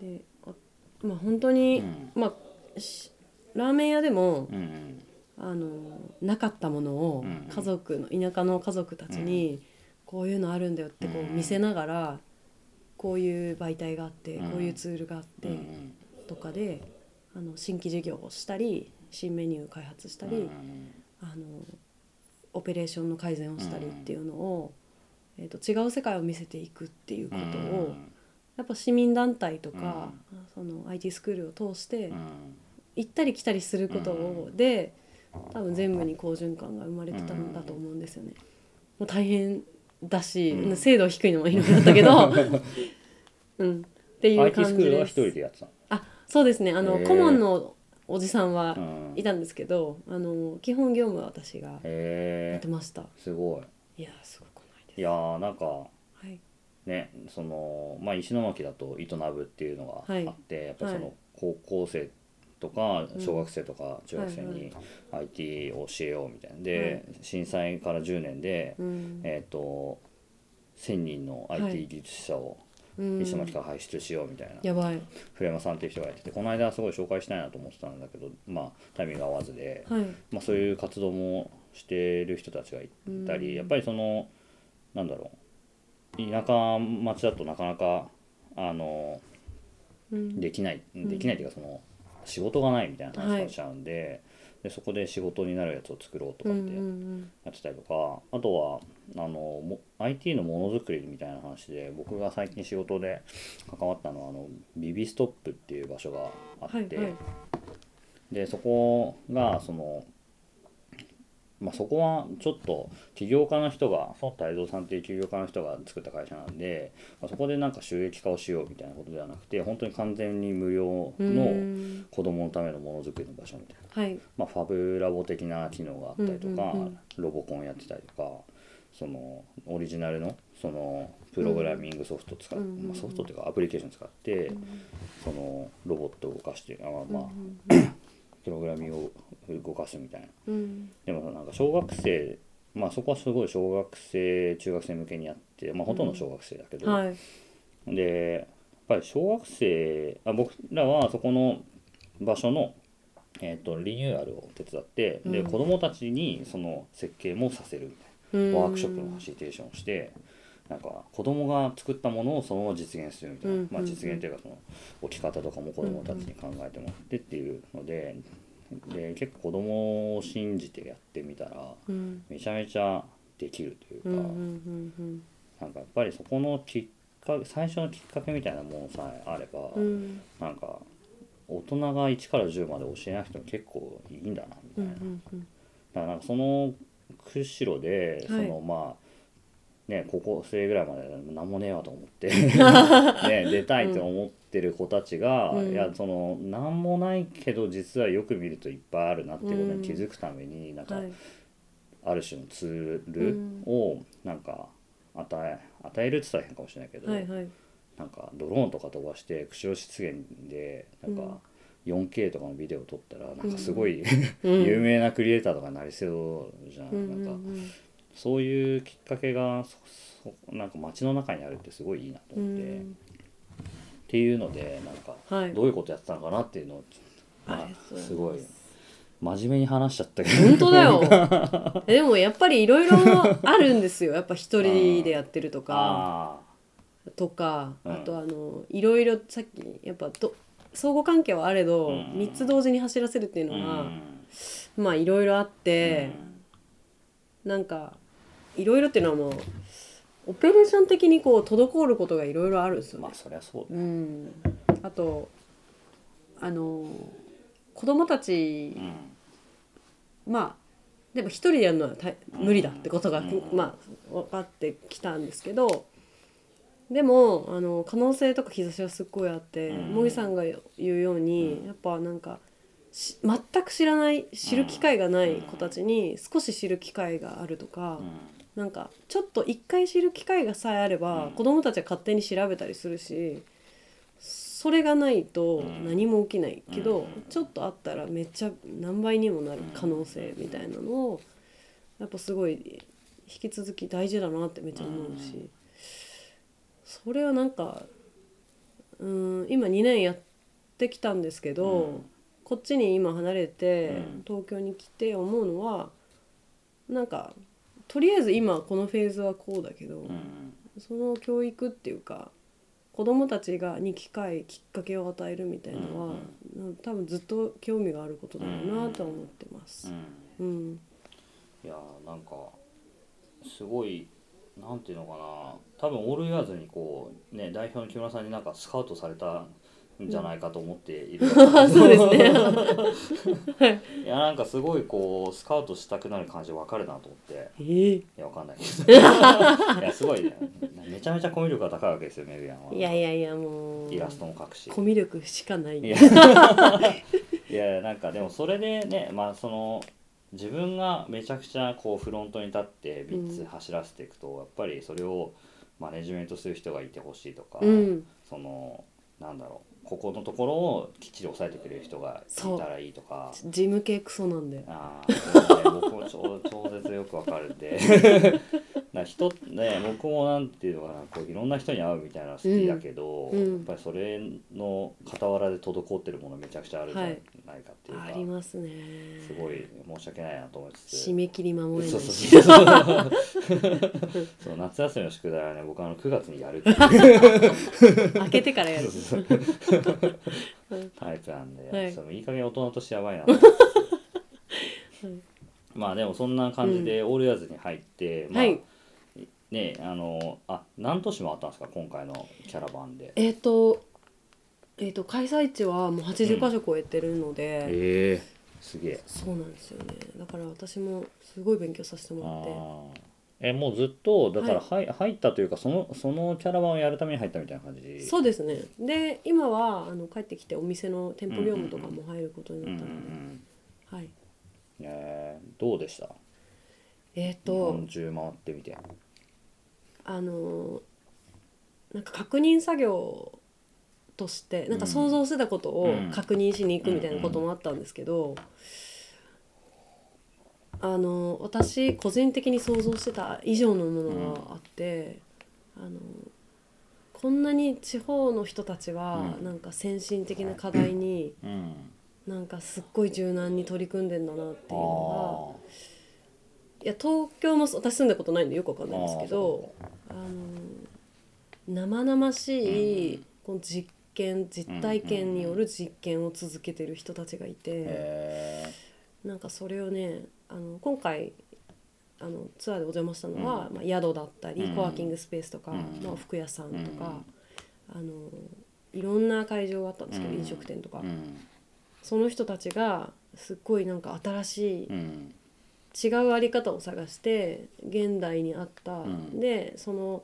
Speaker 2: であまあ本当に、
Speaker 1: うん
Speaker 2: まあしラーメン屋でも、
Speaker 1: うん
Speaker 2: あのなかったものを
Speaker 1: うん
Speaker 2: 家族の田舎の家族たちに、こういうのあるんだよってこう見せながら、こういう媒体があって、
Speaker 1: うん
Speaker 2: こういうツールがあって、
Speaker 1: うんうん
Speaker 2: とかであの新規事業をしたり新メニュー開発したり、
Speaker 1: うん
Speaker 2: あのオペレーションの改善をしたりっていうのを、えー、と違う世界を見せていくっていうことを、やっぱ市民団体とか、その IT スクールを通して、
Speaker 1: うん
Speaker 2: 行ったり来たりすることを、で多分全部に好循環が生まれてたんだと思うんですよね。もう大変だし、
Speaker 1: うん
Speaker 2: 精度低いのもいろいろあったけど、 うん、っていう
Speaker 1: IT
Speaker 2: 感
Speaker 1: ス
Speaker 2: じ
Speaker 1: クールは
Speaker 2: で
Speaker 1: 一
Speaker 2: す。
Speaker 1: 人でやってたの
Speaker 2: あそうですねあの、
Speaker 1: へー
Speaker 2: 顧問のおじさんは
Speaker 1: うん
Speaker 2: いたんですけど、あの基本業務は私がやっ
Speaker 1: へ
Speaker 2: て
Speaker 1: え
Speaker 2: ました
Speaker 1: すごい
Speaker 2: いやーすごくないです
Speaker 1: いやーなんか
Speaker 2: はい
Speaker 1: ねそのまあ石巻だと営ぶっていうのがあって、やっぱりそ
Speaker 2: は
Speaker 1: の高校生とか
Speaker 2: うん
Speaker 1: 小学生とか中学生
Speaker 2: はいは
Speaker 1: に IT を教えようみたいなで、震災から10年で、
Speaker 2: うん
Speaker 1: えっ、と1,000人の
Speaker 2: は
Speaker 1: IT
Speaker 2: い
Speaker 1: 技術者を
Speaker 2: うん
Speaker 1: 石巻から輩出しようみたいな、
Speaker 2: やばい
Speaker 1: 古山さんっていう人がやっててこの間すごい紹介したいなと思ってたんだけどまあタイミングが合わずで、
Speaker 2: はい
Speaker 1: まあ、そういう活動もしてる人たちがいたり、
Speaker 2: うん
Speaker 1: やっぱりそのなんだろう田舎町だとなかなかあの
Speaker 2: うん
Speaker 1: できない
Speaker 2: ん
Speaker 1: できないっていうかその、仕事がないみたいな話がしちゃうんで,、でそこで仕事になるやつを作ろうと
Speaker 2: うん
Speaker 1: かっ
Speaker 2: うん
Speaker 1: て
Speaker 2: うん
Speaker 1: やってたりとか、あとはあのも IT のものづくりみたいな話で僕が最近仕事で関わったのはあのビビストップっていう場所があ
Speaker 2: は
Speaker 1: っ
Speaker 2: い
Speaker 1: て、
Speaker 2: はい
Speaker 1: でそこがその、まあ、そこはちょっと起業家の人がその泰造さんっていう起業家の人が作った会社なんで、まあ、そこでなんか収益化をしようみたいなことではなくて本当に完全に無料
Speaker 2: う
Speaker 1: の
Speaker 2: ん
Speaker 1: 子供のためのものづくりの場所みたいな。
Speaker 2: はい
Speaker 1: まあ、ファブラボ的な機能があったりとか、
Speaker 2: うんうんうん
Speaker 1: ロボコンやってたりとかそのオリジナルのそのプログラミングソフト使っ
Speaker 2: うんうんうん
Speaker 1: まあ、ソフトっていうかアプリケーション使って、そのロボットを動かしてあ、まあ、プログラミングを動かすみたいな
Speaker 2: うん
Speaker 1: でもなんか小学生まあそこはすごい小学生中学生向けにやって、まあ、ほとんど小学生だけど、
Speaker 2: はい
Speaker 1: でやっぱり小学生あ僕らはそこの場所のえー、とリニューアルを手伝ってで
Speaker 2: うん
Speaker 1: 子どもたちにその設計もさせるみたいなワークショップのファシリテーションをしてなんか子どもが作ったものをそのまま実現するみたいな、
Speaker 2: うん
Speaker 1: まあ、
Speaker 2: うん
Speaker 1: 実現というかその置き方とかも子どもたちに考えてもらってっていうのでで結構子どもを信じてやってみたら
Speaker 2: うん
Speaker 1: めちゃめちゃできるというか、
Speaker 2: うんうんうん
Speaker 1: なんかやっぱりそこのきっかけ最初のきっかけみたいなものさえあれば。
Speaker 2: うんうん
Speaker 1: なんか大人が1から10まで教えなくても結構いいんだなみた
Speaker 2: う
Speaker 1: い
Speaker 2: ん
Speaker 1: な、だ
Speaker 2: うんうん
Speaker 1: からなんかその釧路でそ
Speaker 2: はい
Speaker 1: のまあね高校生ぐらいまで何もねえわと思って ね出たいと思ってる子たちが、
Speaker 2: うん
Speaker 1: いやその何もないけど実はよく見るといっぱいあるなってことに気づくために、なんか
Speaker 2: はい
Speaker 1: ある種のツールをなんか与え与えるって言ったら変かもしれないけど、
Speaker 2: はいはい
Speaker 1: なんかドローンとか飛ばして釧路湿原でなんか 4K とかのビデオ撮ったらなんかすごい、有名なクリエイターとかになりそうじゃん,、
Speaker 2: うんうんう
Speaker 1: なんか
Speaker 2: ん
Speaker 1: そういうきっかけがそそなんか街の中にあるってすごいいいなと
Speaker 2: う
Speaker 1: 思って、っ
Speaker 2: ん
Speaker 1: ていうのでなんか
Speaker 2: はい
Speaker 1: どういうことやってたのかなっていうのを、
Speaker 2: あ
Speaker 1: ま
Speaker 2: りがと
Speaker 1: あ、
Speaker 2: うございます
Speaker 1: すごい真面目に話しちゃったけど
Speaker 2: 本当だよ えでもやっぱりいろいろあるんですよやっぱ一人でやってるとか
Speaker 1: あ
Speaker 2: とか
Speaker 1: うん
Speaker 2: あとあのいろいろさっきやっぱど相互関係はあれど、
Speaker 1: うん
Speaker 2: 3つ同時に走らせるってい
Speaker 1: ー
Speaker 2: うの
Speaker 1: う
Speaker 2: は、
Speaker 1: ん
Speaker 2: まあいろいろあっ
Speaker 1: う
Speaker 2: て、
Speaker 1: ん
Speaker 2: なんかいろいろっていうのはもうオペレーション的にこう滞ることがいろいろあるんですよね
Speaker 1: まあそりゃそうだ
Speaker 2: うん、あとあの子供たち
Speaker 1: うん
Speaker 2: まあでも一人でやるのは大無理だってことが、
Speaker 1: うん
Speaker 2: まあ分かってきたんですけどでもあの可能性とか兆しはすっごいあって
Speaker 1: うん
Speaker 2: 茂木、さんが言うように、
Speaker 1: うん
Speaker 2: やっぱなんかし全く知らない知る機会がない子たちに少し知る機会があるとか、
Speaker 1: うん
Speaker 2: なんかちょっと一回知る機会がさえあれば、
Speaker 1: うん
Speaker 2: 子供たちは勝手に調べたりするしそれがないと
Speaker 1: うん
Speaker 2: 何も起きないけど、
Speaker 1: うん
Speaker 2: ちょっとあったらめっちゃ何倍にもなる可能性みたいなのをやっぱすごい引き続き大事だなってめっちゃ思うし、
Speaker 1: うん
Speaker 2: それはなんかうん今2年やってきたんですけど、
Speaker 1: うん
Speaker 2: こっちに今離れて、
Speaker 1: うん
Speaker 2: 東京に来て思うのはなんかとりあえず今このフェーズはこうだけど、
Speaker 1: うん
Speaker 2: その教育っていうか子供たちがに機会きっかけを与えるみたいのは、なん多分ずっと興味があることだろうなとは思ってま
Speaker 1: う
Speaker 2: す。
Speaker 1: ん
Speaker 2: うん、
Speaker 1: いやーなんかすごいなんていうのかな多分オールイヤーズにこうね代表の木村さんになんかスカウトされたんじゃないかと思っている、
Speaker 2: そうですね。
Speaker 1: いやなんかすごいこうスカウトしたくなる感じ分かるなと思って
Speaker 2: えー
Speaker 1: いやわかんない けどいやすごいねめちゃめちゃコミュ力が高いわけですよメグヤンはい
Speaker 2: やいやいやもう
Speaker 1: イラストも描くし
Speaker 2: コミュ力しかない。
Speaker 1: いやいやなんかでもそれでねまあその自分がめちゃくちゃこうフロントに立ってビッツ走らせていくと、やっぱりそれをマネジメントする人がいてほしいとか、
Speaker 2: うん、
Speaker 1: そのなんだろうここのところをきっちり抑えてくれる人がいたらいいとか。
Speaker 2: 事務系クソなんだよ。
Speaker 1: ああ、そうね、僕も超超絶よくわかるんで だから人ね僕もなんていうのかなこういろんな人に会うみたいなの好きだけど、
Speaker 2: うんうん
Speaker 1: やっぱりそれの傍らで滞ってるものめちゃくちゃあるじゃないかっていうか、
Speaker 2: ありますね。
Speaker 1: すごい申し訳ないなと思いつつ
Speaker 2: 締。め切り守れ
Speaker 1: そ
Speaker 2: な
Speaker 1: う
Speaker 2: い
Speaker 1: そう
Speaker 2: し
Speaker 1: そうそ う夏休みの宿題はね僕あの9月にやるっていう
Speaker 2: 開けてからや
Speaker 1: そ
Speaker 2: る
Speaker 1: うそうそう
Speaker 2: うん
Speaker 1: タイプなんで、
Speaker 2: はい
Speaker 1: そのいい加減大人としてやばいなと思ってまあでもそんな感じで、オールヤーズに入って、まあ
Speaker 2: はい
Speaker 1: ねあのあ何都市もあったんですか今回のキャラバンで
Speaker 2: えっ、とえっ、と開催地はもう80か所超えてるので、
Speaker 1: ええすげえ
Speaker 2: そうなんですよねだから私もすごい勉強させて
Speaker 1: あ
Speaker 2: も
Speaker 1: ーえもうずっとだから、
Speaker 2: は
Speaker 1: はい、入ったというかそのそのキャラバンをやるために入ったみたいな感
Speaker 2: らって
Speaker 1: じ
Speaker 2: そうですねで今はあの帰ってきてお店の店舗業務とかも入ることに
Speaker 1: うんう
Speaker 2: な
Speaker 1: んう
Speaker 2: ったので、
Speaker 1: ん
Speaker 2: はい
Speaker 1: えーどうでした
Speaker 2: えっ、
Speaker 1: 日本
Speaker 2: と
Speaker 1: 中回ってみて
Speaker 2: あのーなんか確認作業としてなんか想像してたことを
Speaker 1: うん
Speaker 2: 確認しに行くみたいなこともあったんですけど、あのー私個人的に想像してた以上のものがあって、あのーこんなに地方の人たちは
Speaker 1: うん
Speaker 2: なんか先進的な課題に
Speaker 1: うん
Speaker 2: なんかすっごい柔軟に取り組んでんだなっていうの
Speaker 1: あ
Speaker 2: がいや東京もそう私住んだことないんでよくわかん
Speaker 1: ー
Speaker 2: ないんですけ
Speaker 1: あー
Speaker 2: ど
Speaker 1: そう
Speaker 2: あの生々しいこの実験実体験による実験を続けてる人たちがいて
Speaker 1: へえ
Speaker 2: なんかそれをねあの今回あのツアーでお邪魔したのは、まあ、宿だったり、
Speaker 1: うん
Speaker 2: コワーキングスペースとか、
Speaker 1: うん
Speaker 2: まあ、服屋さんとか、あのいろんな会場があったんですけど、
Speaker 1: うん
Speaker 2: 飲食店とか。
Speaker 1: うん
Speaker 2: その人たちがすっごいなんか新し
Speaker 1: うん
Speaker 2: い違うあり方を探して現代にあった、
Speaker 1: ん
Speaker 2: でその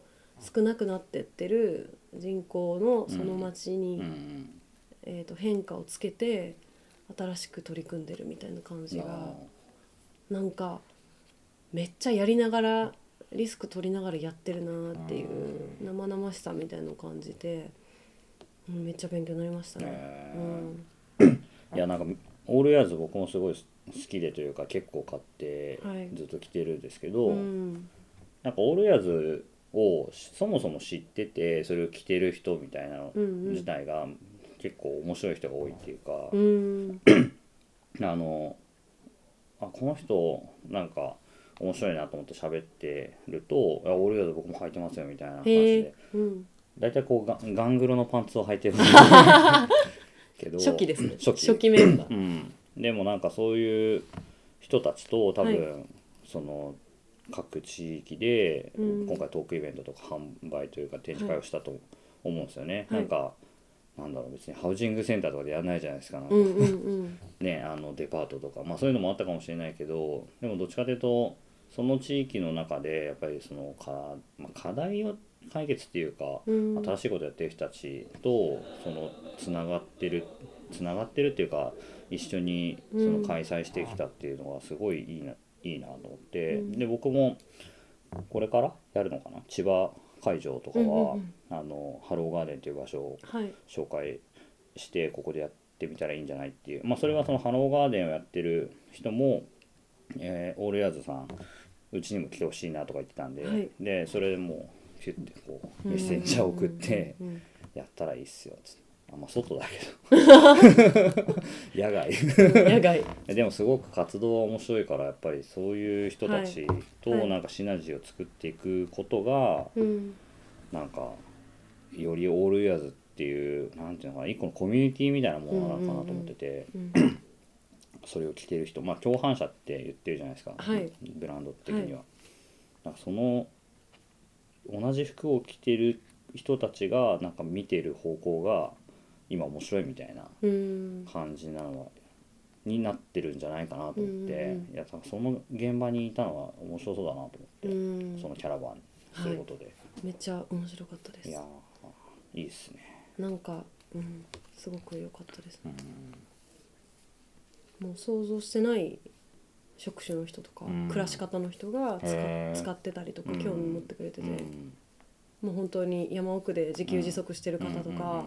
Speaker 2: 少なくなってってる人口のその町に、
Speaker 1: うん
Speaker 2: えー、と変化をつけて新しく取り組んでるみたいな感じがなんかめっちゃやりながらリスク取りながらやってるなっていう生々しさみたいのを感じて、うん、めっちゃ勉強になりましたね。
Speaker 1: へ
Speaker 2: う
Speaker 1: ー
Speaker 2: ん
Speaker 1: いやなんかオールヤーズ僕もすごい好きでというか結構買って
Speaker 2: はい
Speaker 1: ずっと着てるんですけど、
Speaker 2: うん
Speaker 1: なんかオールヤーズをそもそも知っててそれを着てる人みたいなの
Speaker 2: うんうん
Speaker 1: 自体が結構面白い人が多いっていうか、
Speaker 2: うん
Speaker 1: あのあこの人なんか面白いなと思って喋ってると「いやオールヤーズ僕も履いてますよ」みたいな話
Speaker 2: へ
Speaker 1: で
Speaker 2: え、うん、
Speaker 1: 大体こうガンガングロのパンツを履 いてるけど
Speaker 2: 初期ですね
Speaker 1: 初期
Speaker 2: メンバ
Speaker 1: う
Speaker 2: ー
Speaker 1: ん、でもなんかそういう人たちと多分、その各地域で、
Speaker 2: うん
Speaker 1: 今回トークイベントとか販売というか展示会をしたと思うんですよね、
Speaker 2: はい
Speaker 1: なんかなんだろう別にハウジングセンターとかでやらないじゃないですかなんか
Speaker 2: うんうんうん
Speaker 1: ね、あのデパートとか、まあ、そういうのもあったかもしれないけどでもどっちかというとその地域の中でやっぱりそのか、まあ、課題を解決っていうか、
Speaker 2: うん
Speaker 1: 新しいことやってる人たちとそのつながってるつながってるっていうか一緒にそ
Speaker 2: うん
Speaker 1: の開催してきたっていうのがすごいいいな,、いいなと思って、
Speaker 2: うん
Speaker 1: で僕もこれからやるのかな千葉会場とか
Speaker 2: うんう
Speaker 1: は、
Speaker 2: んうん
Speaker 1: あのハローガーデンという場所を
Speaker 2: はい
Speaker 1: 紹介してここでやってみたらいいんじゃないっていう、まあ、それはそのハローガーデンをやってる人も、えーオールヤーズさんうちにも来てほしいなとか言ってたんで、
Speaker 2: はい
Speaker 1: でそれでもうピュッてこうメッセンジャー送って
Speaker 2: うんうんうん
Speaker 1: やったらいいっすよっつって。あまあ、外だけど 野外
Speaker 2: うん野外
Speaker 1: でもすごく活動は面白いからやっぱりそういう人たちと
Speaker 2: はいはい
Speaker 1: なんかシナジーを作っていくことが
Speaker 2: うん
Speaker 1: なんかよりオールイヤーズっていうなんていうのかな一個のコミュニティみたいなものなのかなと思ってて、
Speaker 2: うん
Speaker 1: それを着てる人まあ共犯者って言ってるじゃないですか、
Speaker 2: はい
Speaker 1: ブランド的には。なんかその同じ服を着てる人たちがなんか見てる方向が今面白いみたいな
Speaker 2: うん
Speaker 1: 感じなのはになってるんじゃないかなと思って、
Speaker 2: うんうん
Speaker 1: いや多分その現場にいたのは面白そうだなと
Speaker 2: う
Speaker 1: 思って、
Speaker 2: ん
Speaker 1: そのキャラバンすることで、
Speaker 2: めっちゃ面白かったで
Speaker 1: い、
Speaker 2: す
Speaker 1: やーいいっすね。
Speaker 2: なんかうんすごく良かったですねもう想像してない職種の人とか
Speaker 1: うん
Speaker 2: 暮らし方の人が使
Speaker 1: へー
Speaker 2: 使ってたりとか
Speaker 1: うん
Speaker 2: 興味持ってくれてて
Speaker 1: うん
Speaker 2: もう本当に山奥で自給自足してる方とか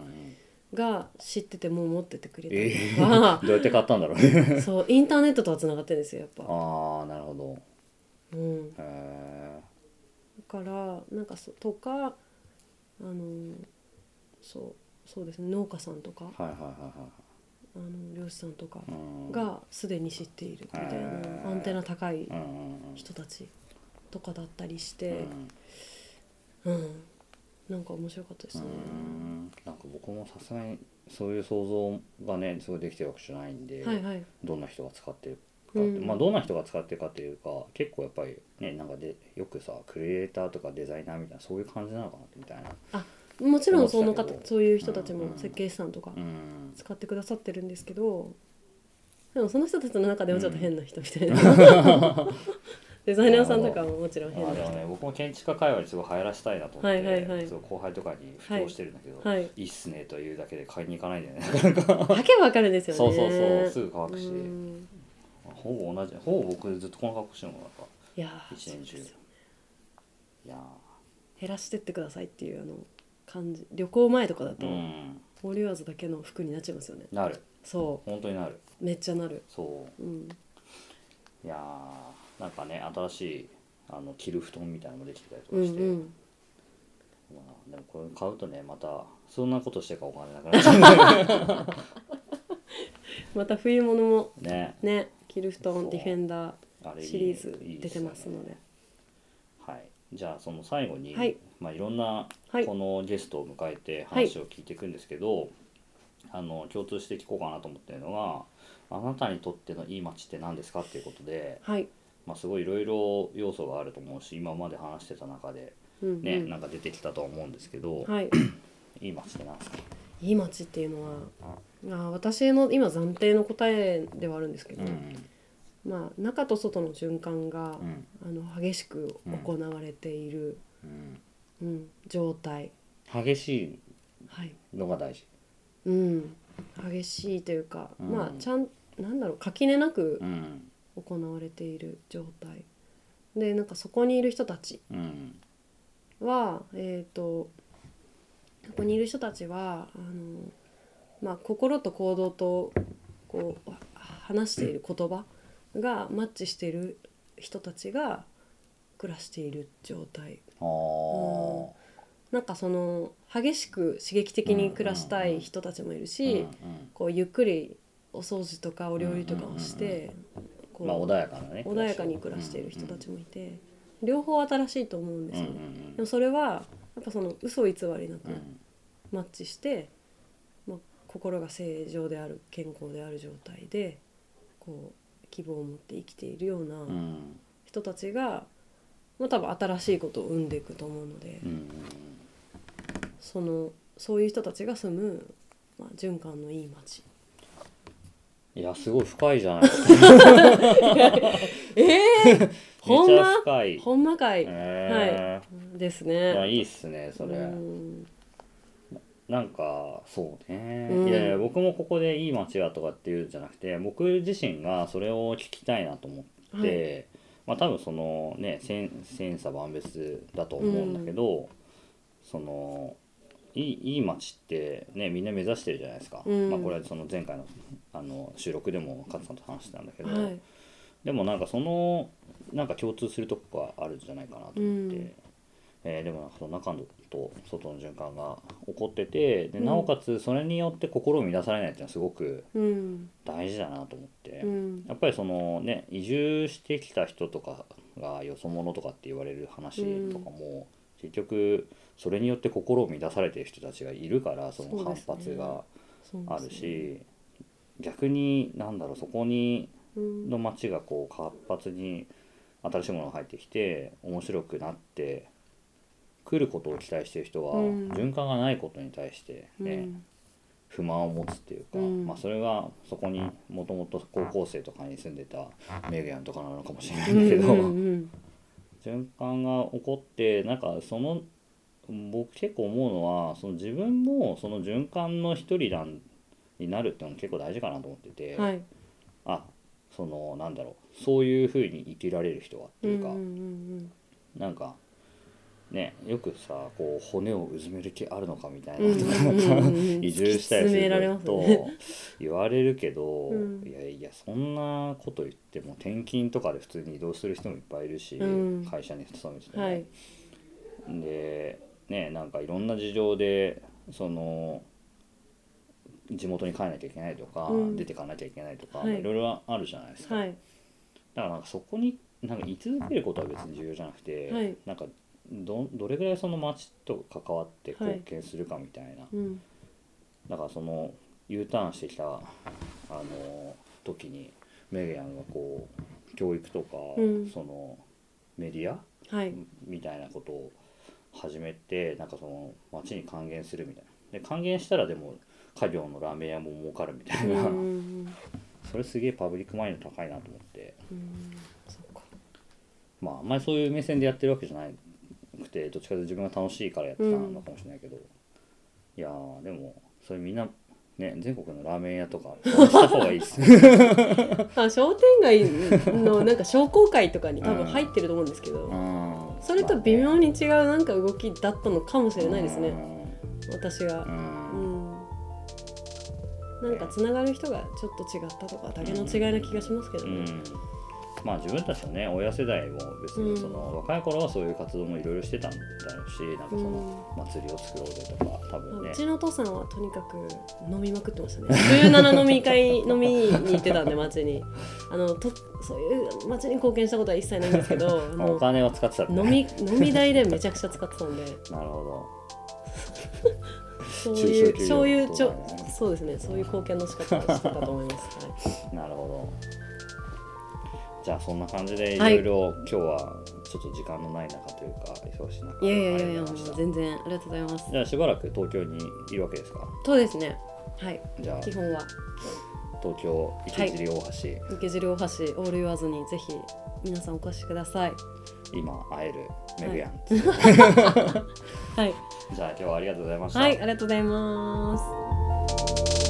Speaker 2: が知っててもう持っててくれた
Speaker 1: え
Speaker 2: り
Speaker 1: ー
Speaker 2: とか
Speaker 1: どうやって買ったんだろうね
Speaker 2: そうインターネットとはつながってるんですよやっぱ、
Speaker 1: ああなるほど
Speaker 2: うん、だ
Speaker 1: へ
Speaker 2: からなんかそとかあのそうそうですね農家さんとか
Speaker 1: ーはいはいはい
Speaker 2: あの漁師さんとか
Speaker 1: はいうん
Speaker 2: がすでに知っているみたい
Speaker 1: へ
Speaker 2: な
Speaker 1: ー
Speaker 2: アンテナ高い
Speaker 1: うんうんうん
Speaker 2: 人たちとかだったりし
Speaker 1: う
Speaker 2: て、
Speaker 1: ん
Speaker 2: うん、なんか面白かったですね。
Speaker 1: なんか僕もさすがにそういう想像がねすごいできてるわけじゃないんで、
Speaker 2: はいはい、
Speaker 1: どんな人が使ってるかって、
Speaker 2: うん
Speaker 1: まあどんな人が使ってるかっていうか結構やっぱりねなんかでよくさクリエイターとかデザイナーみたいなそういう感じなのかなみたいな
Speaker 2: あもちろんその方
Speaker 1: 面白いね
Speaker 2: そういう人たち
Speaker 1: うんう
Speaker 2: も
Speaker 1: ん
Speaker 2: 設計士さんとか
Speaker 1: うん
Speaker 2: 使ってくださってるんですけどでもその人たちの中でもちょっと変な人みたいな、 デザイナーさんとかももちろん
Speaker 1: あ
Speaker 2: 変な
Speaker 1: ーでも
Speaker 2: 人、
Speaker 1: ね僕も建築家界隈にすごい流行らしたいなと思って、
Speaker 2: はいはいはい
Speaker 1: そう後輩とかに布教してるんだけど、
Speaker 2: はいい、
Speaker 1: いっすねというだけで買いに行かないでね
Speaker 2: だけわかるんですよね
Speaker 1: そうそうそうすぐ乾くし
Speaker 2: うん
Speaker 1: ほぼ同じほぼ僕ずっとこの格好してるのなんか
Speaker 2: いやー
Speaker 1: 一年中
Speaker 2: そうですよ
Speaker 1: いや
Speaker 2: 減らしてってくださいっていうあの感じ旅行前とかだ
Speaker 1: ー
Speaker 2: と、
Speaker 1: うん
Speaker 2: オールヤーズだけの服になっちゃいますよね
Speaker 1: なる
Speaker 2: そ
Speaker 1: 本当になる
Speaker 2: うめっちゃなる
Speaker 1: そ
Speaker 2: うん
Speaker 1: ういやーなんかね新しいあの着る布団みたいなのもできてたりと
Speaker 2: う
Speaker 1: か
Speaker 2: ん
Speaker 1: して、
Speaker 2: うん
Speaker 1: まあ、でもこれ 買うとねまたそんなことしてかお金なくなっちゃう
Speaker 2: また冬物も
Speaker 1: ね
Speaker 2: ねキルフト
Speaker 1: そう
Speaker 2: ンディフェンダ
Speaker 1: あれ
Speaker 2: ー
Speaker 1: いい
Speaker 2: シリーズ
Speaker 1: いい
Speaker 2: 出
Speaker 1: で
Speaker 2: て
Speaker 1: よね
Speaker 2: ますので
Speaker 1: はい、じゃあその最後に、
Speaker 2: はい
Speaker 1: まあ、いろんな
Speaker 2: はい
Speaker 1: このゲストを迎えて話を聞いていくんですけど、あの共通して聞こうかなと思ってるのが「あなたにとってのいい街って何ですか?」っていうことで、
Speaker 2: はい、
Speaker 1: まあ、すごいいろいろ要素があると思うし今まで話してた中で、
Speaker 2: うんうん
Speaker 1: ねなんか出てきたと思うんですけど、
Speaker 2: はい、
Speaker 1: い、い街って何ですか
Speaker 2: いい街っていうのはあ私の今暫定の答えではあるんですけど、
Speaker 1: うん
Speaker 2: まあ、中と外の循環が、
Speaker 1: うん
Speaker 2: あの激しく行われている、
Speaker 1: うん
Speaker 2: うん状態、
Speaker 1: 激し
Speaker 2: はい
Speaker 1: いのが大事。
Speaker 2: うん、激しいというか、
Speaker 1: うん
Speaker 2: まあちゃんなんだろう垣根なく
Speaker 1: うん
Speaker 2: 行われている状態でなんかそこにいる人たち
Speaker 1: うん
Speaker 2: はえっ、とそこにいる人たちはあの、まあ、心と行動とこう話している言葉がマッチしている人たちが暮らしている状態
Speaker 1: あー
Speaker 2: なんかその激しく刺激的に暮らしたい人たちもいる
Speaker 1: うん
Speaker 2: し、
Speaker 1: うん
Speaker 2: こうゆっくりお掃除とかお料理とかをして、こう
Speaker 1: まあ、穏やかなね
Speaker 2: 穏やかに暮らしている人たちもいて、両方新しいと思うんですよね。
Speaker 1: うんうんうん
Speaker 2: でもそれはやっぱその嘘偽りなく
Speaker 1: うん
Speaker 2: マッチして、まあ、心が正常である健康である状態でこう希望を持って生きているような
Speaker 1: うん
Speaker 2: 人たちが、まあ、多分新しいことを生んでいくと思うので、
Speaker 1: うん
Speaker 2: そのそういう人たちが住む、まあ、循環のいい街。
Speaker 1: いやすごい深いじゃないですか
Speaker 2: え え ほ
Speaker 1: め
Speaker 2: ん
Speaker 1: ち
Speaker 2: ま
Speaker 1: ゃ深い
Speaker 2: ほんまかい、
Speaker 1: え
Speaker 2: です
Speaker 1: ーい
Speaker 2: ね。
Speaker 1: やいいっすねそれ、
Speaker 2: うん
Speaker 1: なんかそうね、
Speaker 2: うん
Speaker 1: いやいや僕もここでいい街だとかっていうんじゃなくて僕自身がそれを聞きたいなと思って、まあ多分そのね千千差万別だと思うんだけど、そのいいいい街ってねみんな目指してるじゃないですか、
Speaker 2: うん
Speaker 1: まあこれはその前回のあの収録でも勝さんと話してたんだけど、
Speaker 2: はい、
Speaker 1: でもなんかそのなんか共通するとこがあるんじゃないかなと思って、
Speaker 2: うん
Speaker 1: えーでもなんかその中のと外の循環が起こっててで
Speaker 2: うん
Speaker 1: なおかつそれによって心を乱されないっていうのはすごく
Speaker 2: うん、
Speaker 1: 大事だなと思って、
Speaker 2: うん、
Speaker 1: やっぱりそのね移住してきた人とかがよそ者とかって言われる話とかも、結局それによって心を乱されてる人たちがいるからその反
Speaker 2: そうで
Speaker 1: 発
Speaker 2: すね
Speaker 1: が
Speaker 2: そう
Speaker 1: あ
Speaker 2: で
Speaker 1: る
Speaker 2: す
Speaker 1: し、
Speaker 2: ね、
Speaker 1: 逆になんだろうそこに
Speaker 2: うん、
Speaker 1: の街がこう活発に新しいものが入ってきて面白くなってくることを期待してる人は、
Speaker 2: うん
Speaker 1: 循環がないことに対して、ね
Speaker 2: うん
Speaker 1: 不満を持つっていうか、
Speaker 2: うん
Speaker 1: まあ、それがそこにもともと高校生とかに住んでたメグヤンとかなのかもしれないんだけど、
Speaker 2: うんうん
Speaker 1: 循環が起こってなんかその僕結構思うのはその自分もその循環の一人なんになるってのも結構大事かなと思ってて。
Speaker 2: うん、はい、
Speaker 1: あそのなんだろうそういうふうに生きられる人はっていうか、
Speaker 2: うんうん
Speaker 1: なんかねよくさこう骨をうずめる気あるのかみたい
Speaker 2: うんうん、
Speaker 1: なとか、
Speaker 2: うんうんうん うん
Speaker 1: 移住したりす
Speaker 2: 突き詰められ
Speaker 1: る
Speaker 2: ます
Speaker 1: と
Speaker 2: ね
Speaker 1: 言われるけど、
Speaker 2: うん
Speaker 1: いやいやそんなこと言っても転勤とかで普通に移動する人もいっぱいいるし、
Speaker 2: うん
Speaker 1: 会社に勤めててね、
Speaker 2: はい、
Speaker 1: でねなんかいろんな事情でその地元に帰らなきゃいけないとか、
Speaker 2: うん
Speaker 1: 出てかなきゃいけないとか、
Speaker 2: はい
Speaker 1: い、ろいろあるじゃないですか。
Speaker 2: はい、
Speaker 1: だからなんかそこになんか居続けることは別に重要じゃなくて、
Speaker 2: はい
Speaker 1: なんかどどれぐらいその町と関わって
Speaker 2: はい
Speaker 1: 貢献するかみたいな、
Speaker 2: うん、
Speaker 1: だからその U ターンしてきたあの時にメグヤンがこう教育とか、
Speaker 2: うん
Speaker 1: そのメディア
Speaker 2: はい、
Speaker 1: みたいなことを始めてなんかその町に還元するみたいなで還元したらでも家業のラーメン屋も儲かるみた
Speaker 2: う
Speaker 1: い
Speaker 2: んう
Speaker 1: な、
Speaker 2: んうん、
Speaker 1: それすげえパブリックマインド高いなと思って。
Speaker 2: うんそっか、
Speaker 1: まああんまりそういう目線でやってるわけじゃなくてどっちかというと自分が楽しいからやってたのかもしれないけど、いやーでもそれみんなね全国のラーメン屋とかした方がいいです ね
Speaker 2: あ、商店街のなんか商工会とかに多分入ってると思うんですけど、それと微妙に違うなんか動きだったのかもしれないですね、私は
Speaker 1: う。ん
Speaker 2: うんなんかつながる人がちょっと違ったとかだけの違いな気がしますけど
Speaker 1: う
Speaker 2: ね
Speaker 1: ん。まあ自分たちのね親世代も別にその、若い頃はそういう活動もいろいろしてたんだろうしなんかその祭りを作ろうぜとか多分ね
Speaker 2: うちのお父さんはとにかく飲みまくってましたね17飲み会飲みに行ってたんで町にあのとそういう町に貢献したことは一切ないんです けどあ
Speaker 1: まあお
Speaker 2: の
Speaker 1: 金は使ってたんだ
Speaker 2: 飲み飲み代でめちゃくちゃ使ってたんで
Speaker 1: なるほ
Speaker 2: そうい
Speaker 1: 中小企業のことだね
Speaker 2: うそういうちょそうですねそういう貢献の仕方をしてたと思います、はい
Speaker 1: どなるほどじゃあそんな感じでいろ
Speaker 2: はい
Speaker 1: いろ今日はちょっと時間のない中というか忙しい中
Speaker 2: いやいやいやいや、
Speaker 1: あ
Speaker 2: も
Speaker 1: りがとうございました
Speaker 2: う全然ありがとうございます。
Speaker 1: じゃあしばらく東京にいるわけですか
Speaker 2: そうですね。はい、
Speaker 1: じゃあ
Speaker 2: 基本は
Speaker 1: 東京池尻大橋、
Speaker 2: 池尻大橋オール言わずにぜひ皆さんお越しください。
Speaker 1: 今会えるめぐやん、
Speaker 2: はい、
Speaker 1: じゃあ今日はありがとうございました、
Speaker 2: はい、ありがとうございます。